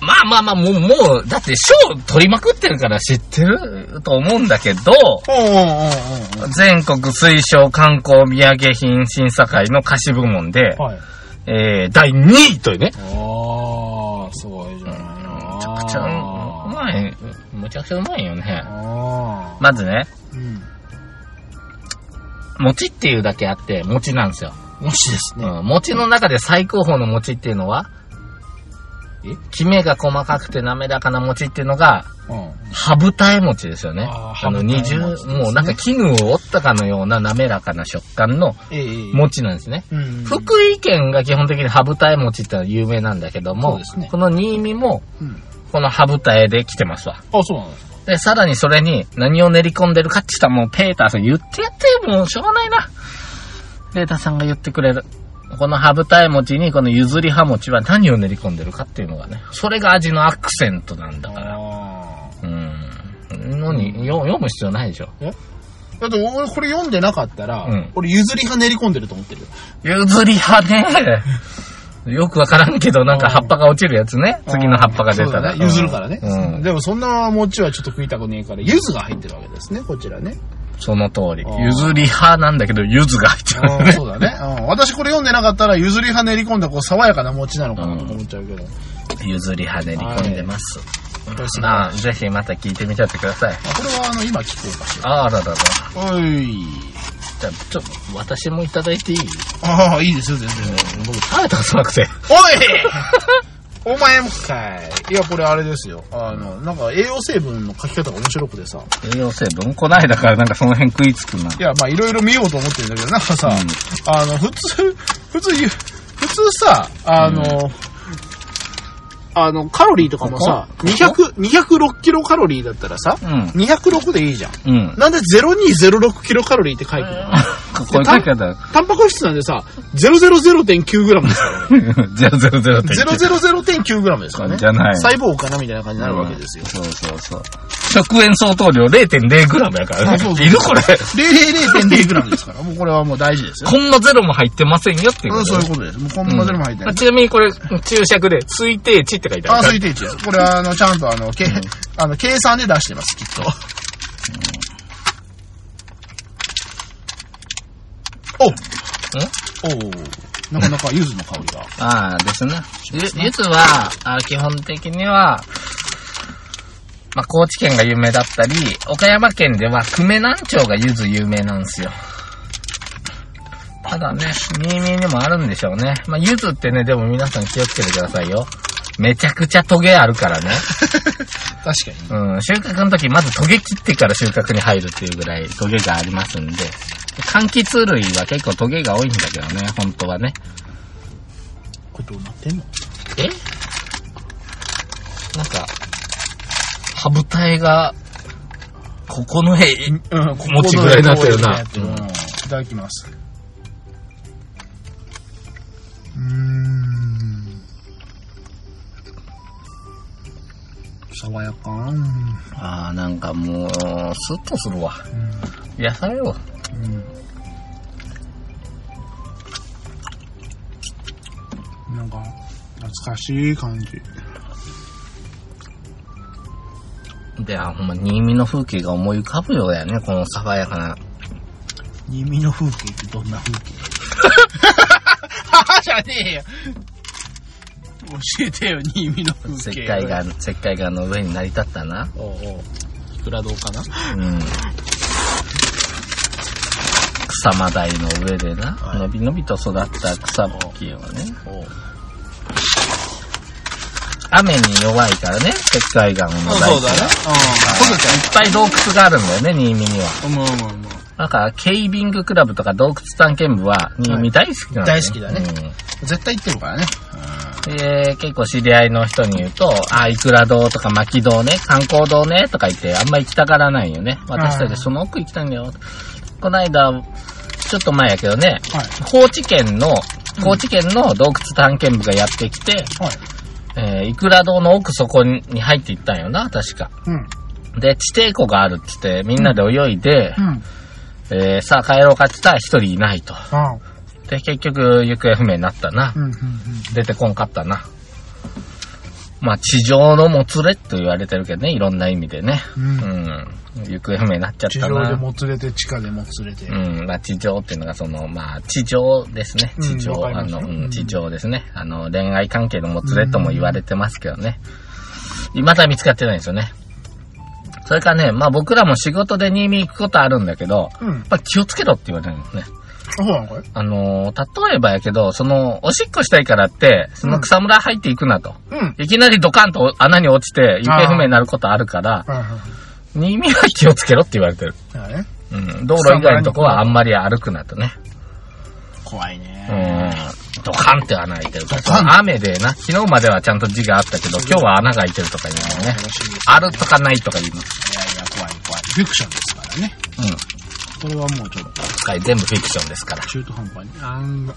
まあまあまあ、もう、もう、だって賞取りまくってるから知ってると思うんだけど、
うんうんうんうん
全国推奨観光土産品審査会の菓子部門で、
うん。はい。
えー、第2位というね。
ああ、すごいじゃないの。
めちゃくちゃう
あ
まい。むちゃくちゃうまいよね。
あー。
まずね、
うん。
餅っていうだけあって、餅なんですよ。
もしですね。
うん、餅の中で最高峰の餅っていうのは、
え
きめが細かくて滑らかな餅っていうのが、
うん。
羽二重餅ですよね。
あ
あ
ー
の
羽二
二
重餅
重、
ですね
もうなんか絹を折ったかのような滑らかな食感の
ええええ。
餅なんですね。
うん。
福井県が基本的に羽二重餅ってのは有名なんだけど
そう
も
です、ね
この新見も
うん。
この羽二重で来てますわ。
あ、そうなんですか。
で、さらにそれに何を練り込んでるかって言ったらもうペーターさん言ってやってよもうしょうがないな。ペーターさんが言ってくれる。この羽二重餅にこの譲り葉餅は何を練り込んでるかっていうのがね、それが味のアクセントなんだから。
あ
うん。のに、よ読む必要ないでしょ。
あ。だって俺これ読んでなかったら、
うん
俺ゆずりが練り込んでると思ってるよ。
譲り葉ね。よくわからんけど、なんか葉っぱが落ちるやつね。次の葉っぱが出たら。
そうだね譲るからね、
うん。
でもそんな餅はちょっと食いたくねえから、ゆずが入ってるわけですね、こちらね。
その通り
あ。ー
譲り葉なんだけど、柚子が入ってる
うん
ね。
そうだね、うん。私これ読んでなかったら、ゆずりは練り込んだこう爽やかな餅なのかなとか思っちゃうけど。
譲り葉練り込んでます。
これすごい
まあ、ぜひまた聞いてみちゃってください。
あこれはあの、今聞こうかしら。
あららら。
おい。
じゃあ、ちょっと、私もいただいていい
ああ、いいですよ、全然。
僕食べたことなくて。
おいお前もかい。いや、これあれですよ。あの、なんか栄養成分の書き方が面白くてさ。
栄養成分こないだからなんかその辺食いつくな。
いや、まあいろいろ見ようと思ってるんだけど、なんかさ、
うん
あの、普通、普通言う、普通さ、あの、あの、カロリーとかもさ、
ここ
200、206キロカロリーだったらさ、
うん。
206でいいじゃん。
うん。
なんで0206キロカロリーって書いてるの
ここういう書き方。
タンパク質なんでさ、000.9グラムで
(laughs)
すからね。
ゼロゼロゼロって言って。
000.9グラムですからね。
じゃない
細胞かなみたいな感じになるわけですよ。
そうそうそう。食塩相当量0.0グラムやから
そうそうそ
ね。
う
いるこれ。
000.0グラムですから、もうこれはもう大事ですよ。
こんなゼロも入ってませんよっていう
う
こ
ん、
と
そう
ね
いうことです。もうこんなゼロも入ってない。
ちなみにこれ、注釈で、推定値って書いてある
あ、
から
推。定値です。これは、あの、ちゃんと、あの、け、あの、計算で出してます、きっと。おおうなかなか柚子の香りが。
ああですね。ゆ、ゆずは、あ基本的には、まあ、高知県が有名だったり、岡山県では久米南町がゆず有名なんですよ。ただね、新見にもあるんでしょうね。まあ、ゆずってね、でも皆さん気をつけてくださいよ。めちゃくちゃトゲあるからね。
確かに。
うん、収穫の時、まずトゲ切ってから収穫に入るっていうぐらいトゲがありますんで。柑橘類は結構トゲが多いんだけどね、本当はね。
これどうなってんの
えなんか、羽二重が、ここの辺、
うん、こ
餅ぐらいになってるな
ここの上にこうやってうんいただきます。うーん。爽やか。うん。
ああ、なんかもう、スッとするわ。野菜を。
うん。なんか、懐かしい感じ。
で、あ、ほんま、新見の風景が思い浮かぶようやね、この爽やかな。
耳の風景ってどんな風景じゃねえよ。教えてよ、耳の風
石
景。
灰岩、石灰岩の上に成り立ったな。
おうおう。蔵堂かな
うん。草間台の上でな、
はい
のびのびと育った草木をね、
おう。
雨に弱いからね、石灰岩の台地
そうだね。うん。
いっぱい洞窟があるんだよね、新見には。
そうだね。もうもうもう。
なんか、ケイビングクラブとか洞窟探検部は、新見大好きなんだよ、
大好きだね
うん
絶対行ってるからね。
で、結構知り合いの人に言うと、あ、いくら堂とか巻き堂ね、観光堂ね、とか言って、あんま行きたがらないよね。私たちその奥行きたいんだよ。こないだ、ちょっと前やけどね、
はい。
高知県の、高知県の洞窟探検部がやってきて、
はい。
えー、いくら堂の奥底にに入っていったんよな、確か。
うん。
で、地底湖があるっつって、みんなで泳いで、
うん。
えー、さあ帰ろうかって言ったら一人いないと。
ああ。
で、結局、行方不明になったな
う。ん。うん。
出てこんかったな。まあ、地上のもつれと言われてるけどね、いろんな意味でね。
うん
うん。行方不明になっちゃっ
地
た
上で
な。
もつれて、地下でもつれて。
うん、まあ、地上っていうのがその、まあ、地上ですね。
うん
地上、
わか
あ
り
の、
ますね
う
うん
ん、地上ですね。あの、恋愛関係のもつれとも言われてますけどね。未だ見つかってないんですよね。それからね、まあ僕らも仕事で新見行くことあるんだけど、
うん
やっ。ぱ気をつけろって言われるんですね。
そうなのこれ
あのー、例えばやけど、その、おしっこしたいからって、その草むら入っていくなと。
うん。
いきなりドカンと穴に落ちて行方不明になることあるから、
はいはい。
新見は気をつけろって言われてる。
だからね。
うん。道路以外のとこはあんまり歩くなとね。
怖いうね。
ん。ドカンって穴開いてるから。
ドカン
雨でな、昨日まではちゃんと字があったけど、今日は穴が開いてるとか言うのね。
恐ろしいです。
あるとかないとか言います。
いやいや、怖い怖い。フィクションですからね。
うん。
これはもうちょっと、
はい、全部フィクションですから。
中途半端に。あんな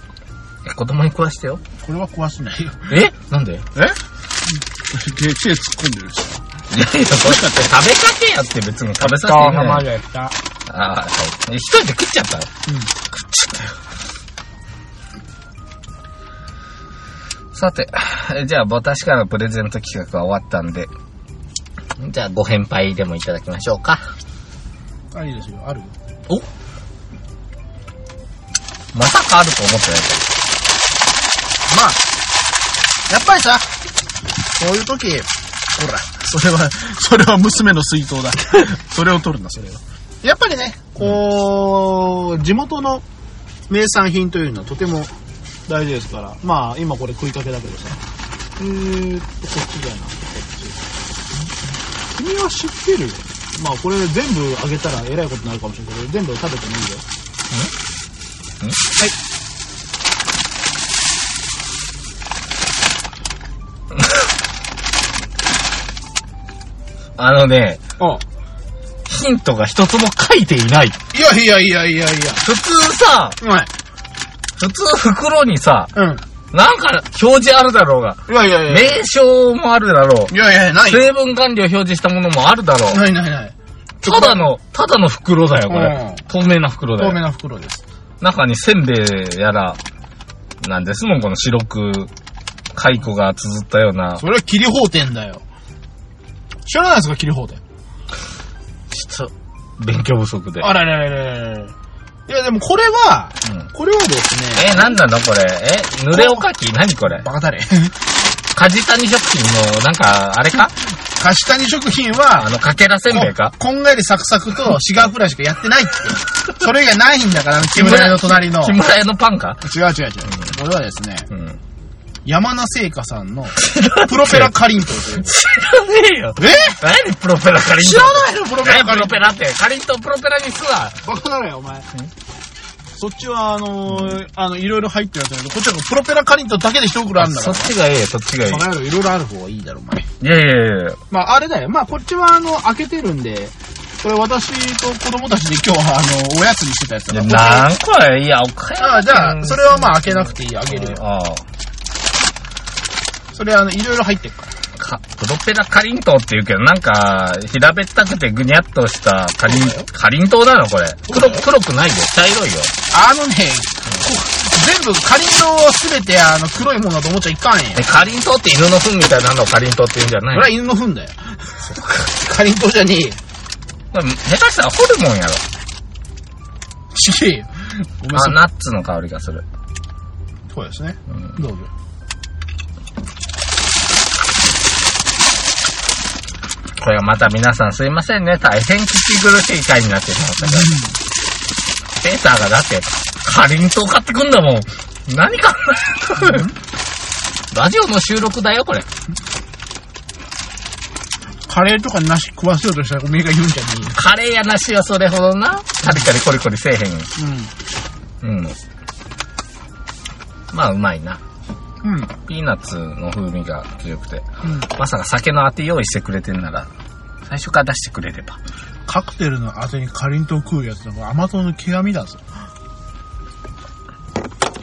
え子供に食わしてよ。
これは壊せないよ。
えなんで (laughs)
え (laughs) 手、手突っ込んでるし。
いやいや、そうだって食べかけやって別に食べさせていいのよ
でやった。
ああ、そう。一人で食っちゃったの
うん。
食っちゃったよ。さて、じゃあ、私からのプレゼント企画は終わったんで、じゃあ、ご返杯でもいただきましょうか。
あ、いいですよ。あるよ。
おまさかあると思ってないか
まあ、やっぱりさ、そういう時、ほら、それは、 (laughs) それは娘の水筒だ。 (laughs) それを取るんだ、それは。やっぱりね、こう、地元の名産品というのはとても大事ですから、まあ、今これ食いかけだけどさ、えーっと、こっちじゃなくて、こっち。君は知ってるよ。まあ、これ全部あげたらえらいことになるかもしれないけど、全部食べてもいいよ。
んん
はい。
あのね、
あ
ヒントが一つも書いていない。
いやいやいやいやいや。
普通さ、
うまい。
普通袋にさ、
うん。
なんか表示あるだろうが、
いやいやいや。
名称もあるだろう。
いやいや、ない。
成分管理を表示したものもあるだろう。
ないないない。
ただの、ただの袋だよ、こ
うん
れ。透明な袋だ
透明
よ。
な袋です。
中にせんべいやら、なんですもん、この白く、蚕が綴ったような。
それは切り法典だよ。知らないですか、切り法典。
ちょっと、勉強不足で。
あらららららら。いや、でもこれは、
うん
これはですね、
え、なんなのこれ。え、濡れおかき何これ
バカだれ。 (laughs)
カジタニ食品の、なんか、あれか
貸し谷食品は
あ、の、かけらせんべいか
こんがりサクサクとシガーフライしかやってないって。それ以外ないんだから、木村屋の隣の。違
木
う
村屋のパンか
違う違う。これはですね、
うん。
山名製菓さんのプロペラカリント
(laughs)
という。
知らねえよ。
え
何プロペラカリント
知らないのプロペラ
何
カ
プ
リン
ロ
ト
ペラって。カリントプロペラにすわ。
バカだろよ、お前。そっちは、あのーあの、いろいろ入ってるやつだけど、こっちはプロペラカリントだけで一袋あるんだか
そ
ら
っ。ちがええよ、そっちがええよ
そ。の野郎いろいろある方がいいだろ、お前。
いやいやいやいや
まあ、あれだよ。まあ、こっちは、あの、開けてるんで、これ私と子供たちで今日は、あの、おやつにしてたやつだから。こ
なんこれいや、おか
っちああ、じゃあ、それはまあ、開けなくていい。開けるよ。
ああ。
それ、あの、いろいろ入ってるから。
か、ドッペラかりんとうって言うけど、なんか、平べったくてぐにゃっとしたかりん、かりんとうなのこれ。黒、黒くないよ。茶色いよ。
あのね、全部、カリンドはすべて、あの、黒いものだと思っちゃいかんやん。こ
え、かりんとうって犬の糞みたいなのをかりんとうって言うんじゃない
れは犬の糞だよ。カリンドじゃねえよ。
これ下手したらホルモンやろ。
ちげえよ。ごめんな
あ、
さい。
ナッツの香りがする。
そうですね。
うん
どうぞ。
これがまた皆さんすいませんね。大変聞き苦しい回になってしまったから。ペーターがだって、かりんとう買ってくんだもん。何かラジオの収録だよ、これ。
カレーとかなし食わせようとしたらおめえが言うんじゃね
カレーやなしはそれほどな。カリカリコリコリせえ
えよ。
へん。うん。まあ、うまいな。
うん。うん。
ピーナッツの風味が強くて。
うん。
まさか酒のあて用意してくれてんなら、最初から出してくれれば。
カクテルのあてにカリンと食うやつのが甘党の極みだぞ。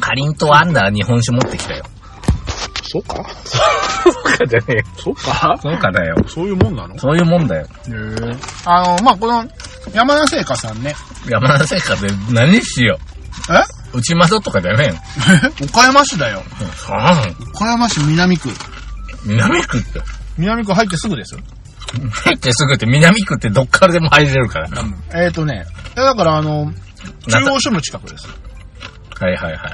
かりんとうあんなら日本酒持ってきたよ。
そうか
そうかじゃねえよ。
そうか
そうかだよ。
そういうもんなのへ
そういうもんだよ。
え。あの、まあ、この、山田製菓さんね。
山田製菓で何しよ
(laughs) え
う。内窓とかじゃねえの。
え岡山市だよ。
うん
岡山市南区。
南区って。
南区入ってすぐですよ。
入ってすぐって南区ってどっからでも入れるから。は
えっ、ー、とね、えだからあの、中央署の近くです。
いはいはい。
あ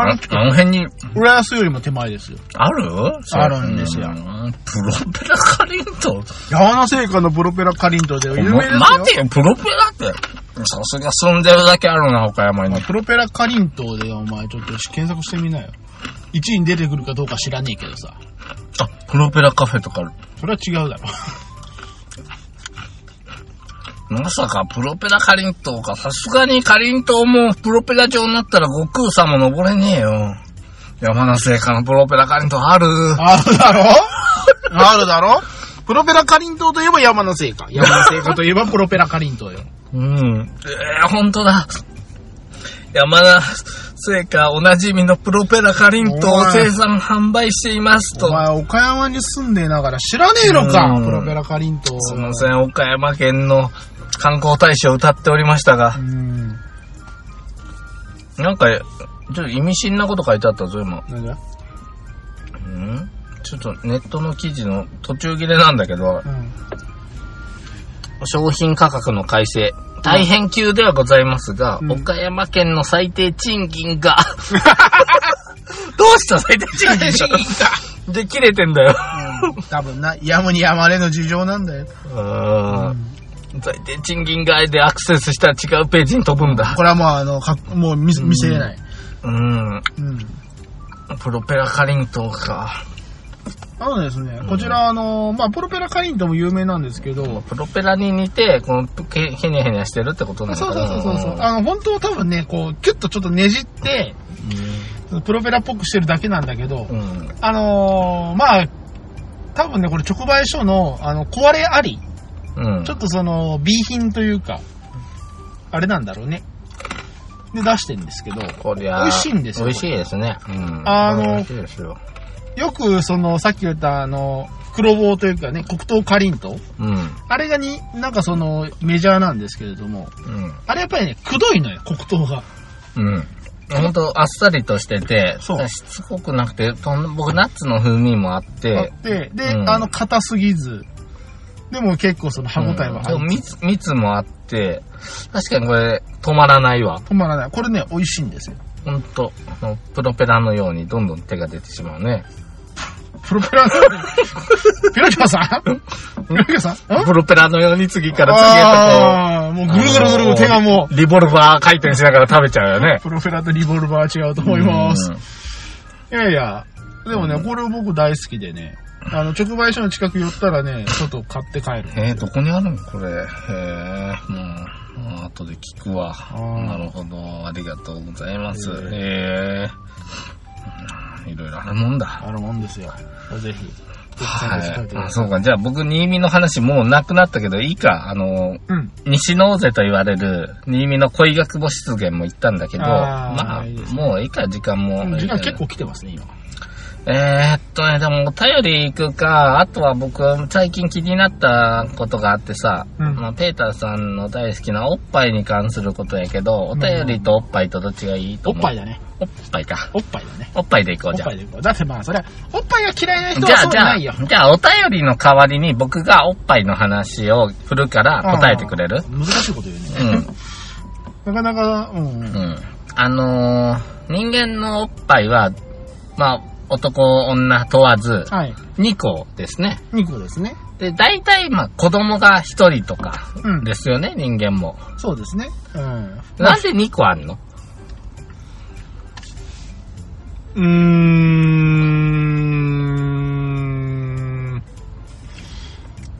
あ
の、
あの辺に
浦安よりも手前ですよ。
ある
あるんですよ
うんプロペラかりんとう。
山田製菓のプロペラカリントで有名ですよ。
待てよ、プロペラって。さすが住んでるだけあるな、岡山に。
プロペラカリントでお前ちょっと検索してみなよ。1位に出てくるかどうか知らねえけどさ。
あ、プロペラカフェとかある。
それは違うだろ。
まさかプロペラかりんとうか。さすがにかりんとうもプロペラ状になったら悟空さんも登れねえよ。山梨製菓のプロペラかりんとうある。
あるだろ (laughs) あるだろプロペラカリントといえば山田製菓。山田製菓といえばプロペラカリントよ。
うん。えー、ほんとだ。山田製菓おなじみのプロペラかりんとうを生産販売していますと
お。前岡山に住んでながら知らねえの
う
か
ん
プロペラカリント
すみません、岡山県の観光大使を歌っておりましたが
う、ん。
なんか、ちょっと意味深なこと書いてあったぞ、今。
なんだ
うんちょっとネットの記事の途中切れなんだけど
う、ん。
商品価格の改正。大変急ではございますが、
うん
岡山県の最低賃金
(laughs)
が、どうした最低賃金
最低
が。で、切れてんだよ。
(laughs) うん多分な、やむにやまれの事情なんだよ。
うん。最低賃金外でアクセスしたら違うページに飛ぶんだ
こ。れはもうあの、かもう見せ見せれない。
うん。
うん。
プロペラかりんとうか。
あのですね、こちらあの、まあ、プロペラカリントも有名なんですけど、
プロペラに似て、この、けへにゃへにゃしてるってことなの
そ
か
うそう
な
そうそうそう。あの、本当は多分ね、こう、キュッとちょっとねじって、プロペラっぽくしてるだけなんだけど、
うん。うん。
あのーまあ、多分ね、これ直売所の、あの、壊れあり、
うん。
ちょっとその、B 品というか、あれなんだろうね。で、出してんですけど、
こりゃ、
美味しいんですよ
美味しいですね。うん。
あの
美味しいですよ。
よくその、さっき言ったあの、黒棒というかね、黒糖カリント
うん。うん。
あれがに、なんかその、メジャーなんですけれども、あれやっぱりね、くどいのよ、黒糖が。
うん。ほんと、あっさりとしてて、
そう
しつこくなくて、とん僕、ナッツの風味もあっ
あ
て、
って、で、
うん
あの、硬すぎず、でも結構その歯応えはあ
うんでも
る、
蜜、蜜もあって、確かにこれ、止まらないわ。
止まらない。これね、美味しいんですよ。
ほんと、あのプロペラのようにどんどん手が出てしまうね。
プロペ
(laughs)
ラの、ピロキョさんピロキョさんん
プロペラのように次から次へとこう、
あーもうぐるぐるぐるぐる手がも
リボルバー回転しながら食べちゃうよね
う、。プロペラとリボルバーは違うと思います。いやいや、でもね、これ僕大好きでね、あの、直売所の近く寄ったらね、ちょっと買って帰る。
うん。えー、どこにあるのこれ。えー、もう、後で聞くわ。
ー
なるほど。ありがとうございます。
いえ
えー、いろいろあるもんだ。
あるもんですよ。ぜひ、ぜひ
は
参加して帰って
い。
くだ
あ
さ
そうか。じゃあ僕、新見の話もうなくなったけど、いいか。あの、
い。うん。
西納瀬と言われる、新見の恋学母湿原も行ったんだけど、
あー
まあ、
いいです
もういいか、時間も。
時間結構来てますね、今。
ええー、っとね、でもお便り行くか、あとは僕、最近気になったことがあってさ、
うん
まあ、ペーターさんの大好きなおっぱいに関することやけど、お便りとおっぱいとどっちがいいと
お
思う
っぱいだね。
おっぱいか。
おっぱいだね。
おっぱいで行こ
お
う
っ
じゃん
ぱい。でいこう。だってまあ、それは、おっぱいが嫌いな
じ
人は
ゃあ、
そう
じ
じ
ゃ
ゃな
あ、
いよ。
じゃあ、お便りの代わりに僕がおっぱいの話を振るから答えてくれる
うん難しいこと言うね。
うん。
なかなか、うんう。
うんん。あのー人間のおっぱいは、まあ、男、女問わず、
はい。
2個ですね。
2個ですね。
で、大体、まあ、子供が1人とか
うん
ですよね、人間も。
そうですね。うん。
なんで2個あんの
うーん。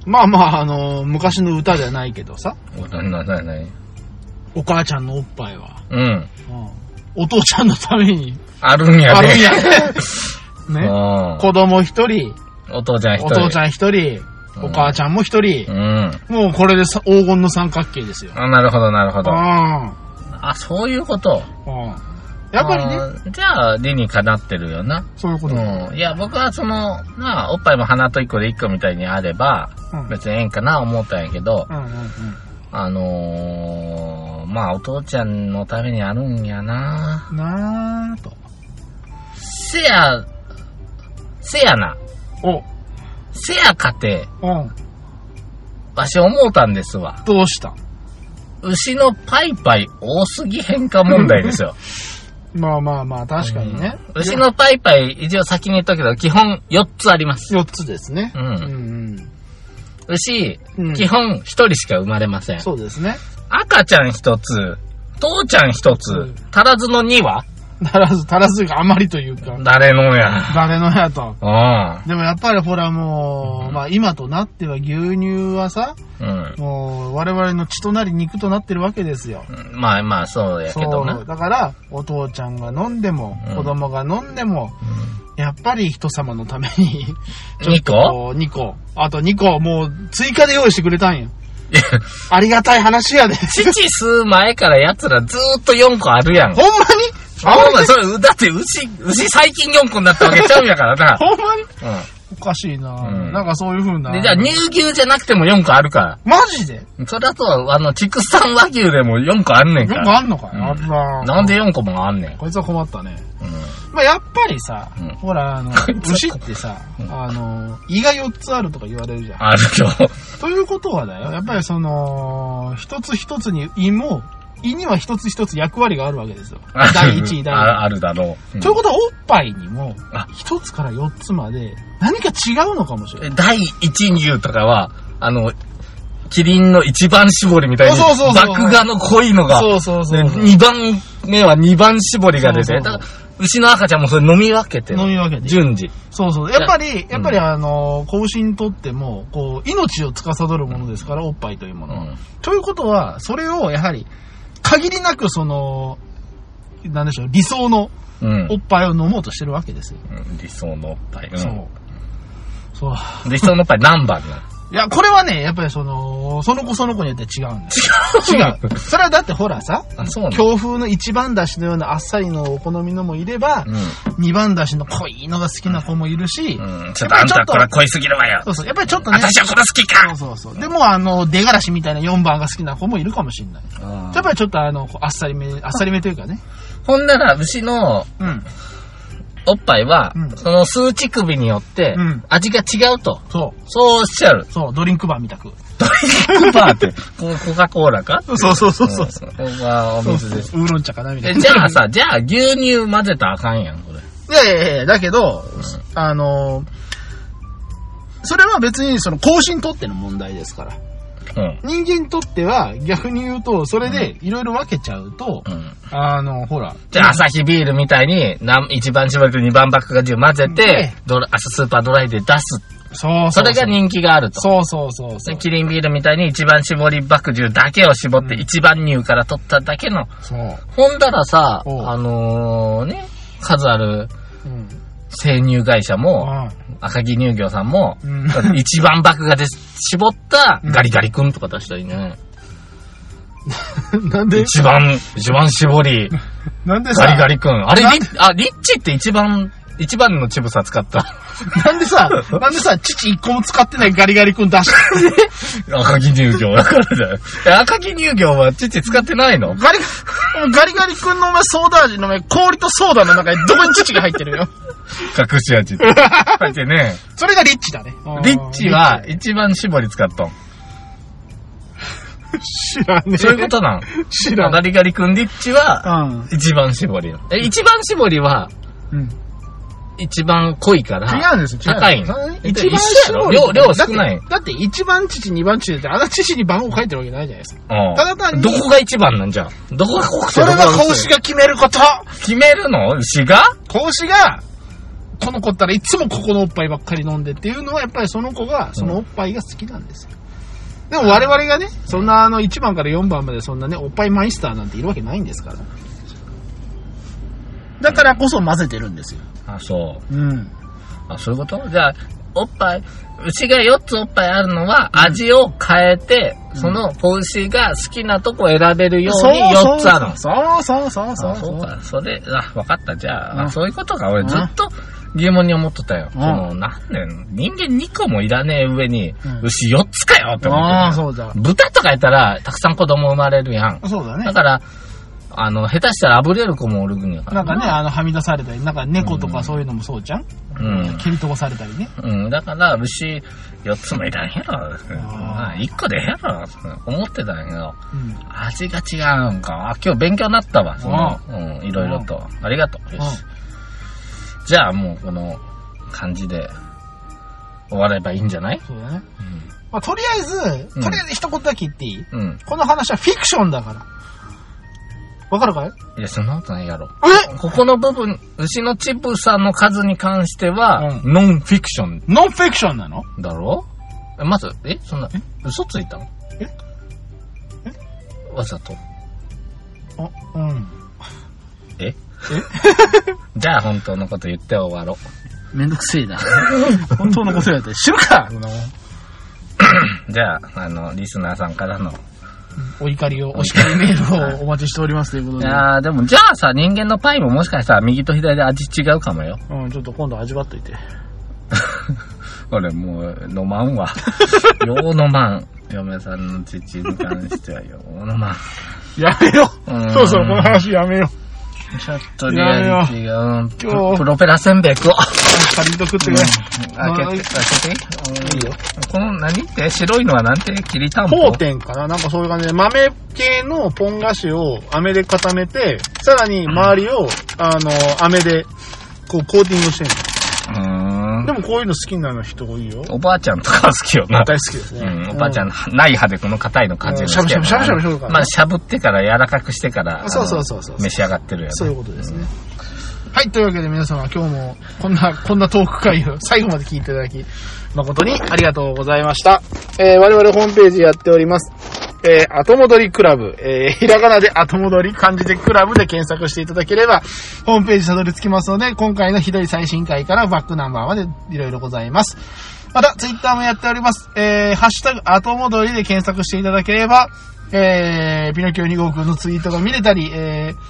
まあまあ、あの、昔の歌じゃないけどさ、
な、な、な、な
お母ちゃんのおっぱいは、
うん。
お父ちゃんのために
あるんや
あ
で。
る
(laughs)
んや
う
ね。ね。
ん。
子供一人、
お父ちゃん1人。
お父ちゃん一人、
うん
お母ちゃんも一人、
うん。
もうこれでさ黄金の三角形ですよ。
あ、なるほど、なるほ
う
ど。
ん。うん
あ、そういうこと。
やっぱりね、
ね。じゃあ、理にかなってるよな。
そういうことだ。
うん。いや、僕はその、なあ、おっぱいも鼻と1個で1個みたいにあれば、
うん。
別にええんかな思ったんやけど、
うんうん
あのー、まあ、お父ちゃんのためにあるんやな
うん。なーと。
せや、せやな。
お、
せやかて、
うん。
わし思うたんですわ。
どうした
牛のパイパイ多すぎ変化問題ですよ。
まあまあまあ、 (laughs) 確かにね。
うん牛のパイパイ、一応先に言ったけど、基本4つあります。
4つですね。
う
うん
ん。
うん。
牛、
うん
基本1人しか生まれません。
そうですね。
赤ちゃん1つ、父ちゃん1つ
うん、
足らずの2は
足らず、足らずがあまりというか、
誰のや。
誰のやと。
うん
でもやっぱりほらもう、まあ今となっては牛乳はさ、
うん。
もう我々の血となり肉となってるわけですよ。
まあまあ、そうやけどな。
そう。だから、お父ちゃんが飲んでも、
うん
子供が飲んでも、やっぱり人様のために、
2個
?2 個。あと2個、もう追加で用意してくれたんよ。ありがたい話やで。
父吸う前から奴らずーっと4個あるやん
(laughs) ほ。んまにあ
そうだ、それ、だって牛、牛最近4個になったわけちゃうんやからな。
ほんまに
う
おかしいな、
うん
なんかそういう風な。
ん。で、じゃあ、乳牛じゃなくても4個あるか
マジで
ら。それあとは、あの、畜産和牛でも4個あんねんか
よく
ら。
あんのかよ、
うん
あるな
なんで4個もあんねん。
こいつは困ったね。
う
まあ、やっぱりさ、
うん
ほら、あの
こい、つは
牛ってさ、あの、胃が4つあるとか言われるじゃん
ん。。あるよ。
ということはだよ、やっぱりその、一つ一つに胃も、胃には一つ一つ役割があるわけですよ。第一位、
(laughs)
第
あ
二
あるだろう。う
位。
ん
ということは、おっぱいにも
あ、
一つから四つまで、何か違うのかもしれない。
第一乳とかは、あの、キリンの一番搾りみたいに、
そうそうそうそう
麦芽の濃いのが、
そうそうそう。
2番目は2番搾りが出て、
そうそう
だか
そう
ら、牛の赤ちゃんもそれ飲み分けてる
飲み分けて
順次。
そうそう。やっぱり、やっぱりあの、子牛にとっても、こう、命を司るものですから、おっぱいというものは。ということは、それをやはり、限りなくその、なんでしょう、理想の
うん
おっぱいを飲もうとしてるわけですよ。
うん理想のおっぱい。うん
そう。そう。
理想のおっぱい何番なの
いや、これはね、やっぱりその、その子その子によって違うんですよ。
違う
(laughs) 違う。 (laughs) それはだってほらさ、
あ、そうなの
強風の一番だしのようなあっさりのお好みのもいれば、二番だしの濃いのが好きな子もいるし、
うん。うん。ちょっとあんたこれ濃いすぎるわよ
そ。うそう、やっぱりちょっとね、
私はこれ好き
そ
か
うそうそう。でもあの、出がらしみたいな4番が好きな子もいるかもしれない。やっぱりちょっとあの、こうあっさりめ、あっさりめというかね。
ほんなら、牛の
うん。
おっぱいは、
うん
その数値首によって
うん、
味が違うと。
そ
そうおっしゃる。
う、そう、ドリンクバーみたく。
ドリンクバ
(laughs)
ーって、ココカ・コーラか
そうそうそうそう。
そこがお水です。
ウーロン茶かなみた
え
いな。
じゃあさ、じゃあ牛乳混ぜたらあかんやん、これ。
いやいやいや、だけど、あの、それは別にその更新とっての問題ですから。
うん。
人間にとっては逆に言うと、それでいろいろ分けちゃうと、
うん。
あの、ほら。
じゃあ、アサヒビールみたいに、なん一番搾りと2番バックが10混ぜて
ね、
ドラ朝スーパードライで出す。
そう
そ
そ
うれが人気があると。
そうそうそうそう
で。キリンビールみたいに一番搾りバック10だけを絞って、
うん
一番乳から取っただけの。
そう。
ほんだらさ、
おう
あのーね、数ある
うん。
生乳会社も、
あ
赤木乳業さんも、
うん
(laughs) 一番バックがで絞ったガリガリ君とか出したらいいね。
あなんで、
一番、一番絞り。
なんでさ、
ガリガリ君。あれ、リッ、あ、リッチって一番一番のチブサ使った。
なんでさ、なんでさ、父一個も使ってないガリガリ君出し
(laughs) 赤木乳業だからだよ。え (laughs) 赤木乳業は父使ってないの
ガリガリ、ガリガリ君のお前ソーダ味のお前氷とソーダの中にどこに父が入ってるよ。
隠し (laughs) 味って。入ってね。
それがリッチだね。
リッチは一番絞り使ったの。
知らねえ。
そういうことなん。
知ら
ガ
ね
リガリ君リッチは
え。
一番絞りよ。え、一番絞りは
うん。
一番濃いから。
違うんですよ。違う
高いの
一番
一緒やろ量量少ない
だってだって一番父、二番父だって、あの父に番号書いてるわけないじゃないですか。
うん
ただ単に
どこが一番なんじゃん。どこが濃くて
そ
ど
れ
こ
は
が
孔
薄
子
い
が決めること
決めるの牛が
孔子が、この子ったらいつもここのおっぱいばっかり飲んでっていうのは、やっぱりその子が、そのおっぱいが好きなんですよ。でも我々がね、そんなあの1番から4番までそんなね、おっぱいマイスターなんているわけないんですから。だからこそ混ぜてるんですよ。
あ、そう。
うん。
あ、そういうことじゃあ、おっぱい、牛が4つおっぱいあるのは、味を変えて、その、子牛が好きなとこ選べるように4つあるの。
そうそうそうそう
あそう
う。
か。それ、あ、わかった。じゃあ、
うん
あそういうことか。俺
うん
ずっと疑問に思ってたよ。
う
そ
ん
の、なんで、人間2個もいらねえ上に
うん、
牛4つかよって思
ああ、
って
そうだ
た。。豚とかやったら、たくさん子供生まれるやん。
そうだね
だ。から、あの、下手したらあぶれる子もおるんやから。
なんかね、あの、はみ出されたり、なんか猫とかそういうのもそうじゃん、
うん。
蹴り飛ばされたりね。
うん、だから、牛、四つもいらんやろ。まあ一個でええやろ。思ってたんやけど、
うん。
味が違うんか。あ今日勉強になったわ。その、うん、いろいろと。ありがとう。よし。じゃあ、もう、この感じで、終わればいいんじゃない
そうだね。まあ、とりあえず、とりあえず一言だけ言っていい、
うん。うん。
この話はフィクションだから。わかるかい
いや、そんなことないやろ。
え
ここの部分、牛のチップさんの数に関しては、
う
ノンフィクション
ノンフィクションなの
だろえまず、えそんな、嘘ついたの
え
わざと。
あ、うん。
(laughs) えじゃあ本当のこと言って終わろ
めんどくせえな。本当のことやって知るか
(laughs) う。じゃあ、あの、リスナーさんからの。
お怒りを、お叱りメールをお待ちしておりますということ
い
で。
やーでもじゃあさ、人間のパイももしかしたら右と左で味違うかもよ。
うん、ちょっと今度味わっといて。
俺もう、飲ま (laughs) んわ。よう飲まん。嫁さんの父に関してはよう飲まん。
やめよ
うん
そうそう、この話やめよう。
(laughs) ちょっとリアリティが、うんプ
今日
プロペラせんべい食おう。
カリンと食ってくれ。
開け
はい
て、開けていい。
いいよ。
この何って白いのはなんてキリタンポ
ポーテンかななんかそういう感じで、豆系のポン菓子を飴で固めて、さらに周りを、あの、飴で、こう、コーティングしてる
うーん
の。でもこういうの好きなの人多いよ。
おばあちゃんとか好きよな。
大好きです
う
ね。
ん、おばあちゃん、ない歯でこの硬いの感じる
しゃぶしゃぶしゃぶしゃぶしゃぶしゃぶ
まあ、しゃぶってから柔らかくしてから、
そうそ
あ
う
の
そうそう
召し上がってるよ
そういう
ね。
ことですね。はい、というわけで皆様今日もこんな、 (laughs) こんなトーク会を最後まで聞いていただき、誠にありがとうございました。えー我々ホームページやっております。えー後戻りクラブ、えーひらがなで後戻り、漢字でクラブで検索していただければ、ホームページたどり着きますので、今回のひどい最新回からバックナンバーまでいろいろございます。また、ツイッターもやっております。えーハッシュタグ、後戻りで検索していただければ、えーピノキオ2号くんのツイートが見れたり、えー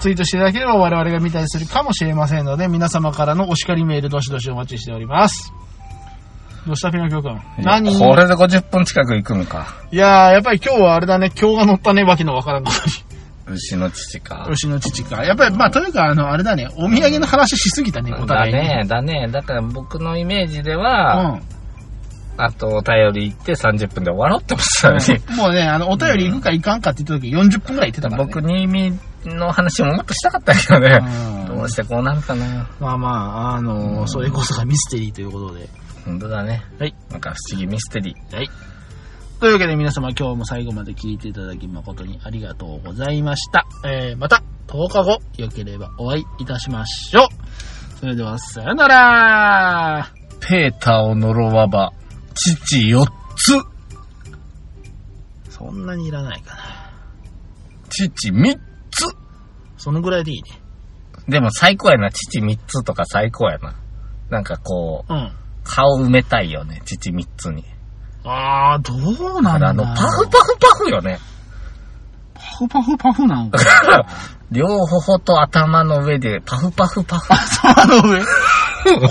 ツイートしていただければ我々が見たりするかもしれませんので、皆様からのお叱りメールどしどしお待ちしております。どうしたピノキオくん何
いやこれで50分近く行くのか。
いやー、やっぱり今日はあれだね、今日が乗ったね、わけのわからんことに。
牛の父か。
牛の父か。やっぱり、まあ、というか、あの、あれだね、お土産の話しすぎたね、お
だ
互いに。
ね、だね。だから僕のイメージで
う
は、あとお便り行って30分で終わろうって思ってたのに、
ん。もうね、あの、お便り行くか行かんかって言った時40分くらい言ってたから、ね。
僕に意味の話ももっとしたかったけどね。
うん
どうしてこうなるかな。
まあまあ、あのーそれこそがミステリーということで。
本当だね。
はい。
なんか不思議ミステリー。
はい。というわけで皆様今日も最後まで聞いていただき誠にありがとうございました。えー、また10日後、良ければお会いいたしましょう。それでは、さよなら
ペーターを呪わば、父4つ。
そんなにいらないかな。
父3つ
そのぐらいでいいね。
でも最高やな。父3つとか最高やな。なんかこう、
うん。
顔埋めたいよね。父3つに。
あー、どうな
あ
んだ (laughs)
の、パフパフパフよね。
パフパフパフなんか。 (laughs)
両頬と頭の上でパフパフパフ。
頭の上。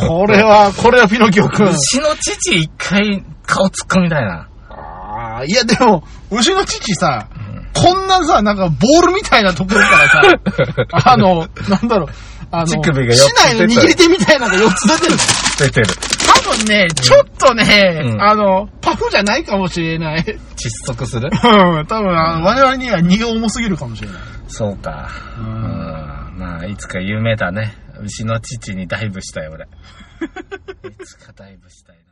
これは、これはピノキオくん。
牛の父一回顔突っ込みたいな。
ああ、いやでも、牛の父さ、こんなさ、なんかボールみたいなところから
(laughs)
さ、あの、なんだろう、あの、
乳
市
首が四つ
内の握り手みたいなのが4つ出てる。
出てる。
多分ね、ちょっとね、
うん
あの、パフじゃないかもしれない。
窒息する
うん、多分あの、我々には荷が重すぎるかもしれない。
そうか。
う
うん
ん。
まあ、いつか
(laughs)
夢だね。牛の父にダイブしたい、俺。いつかダイブしたいな。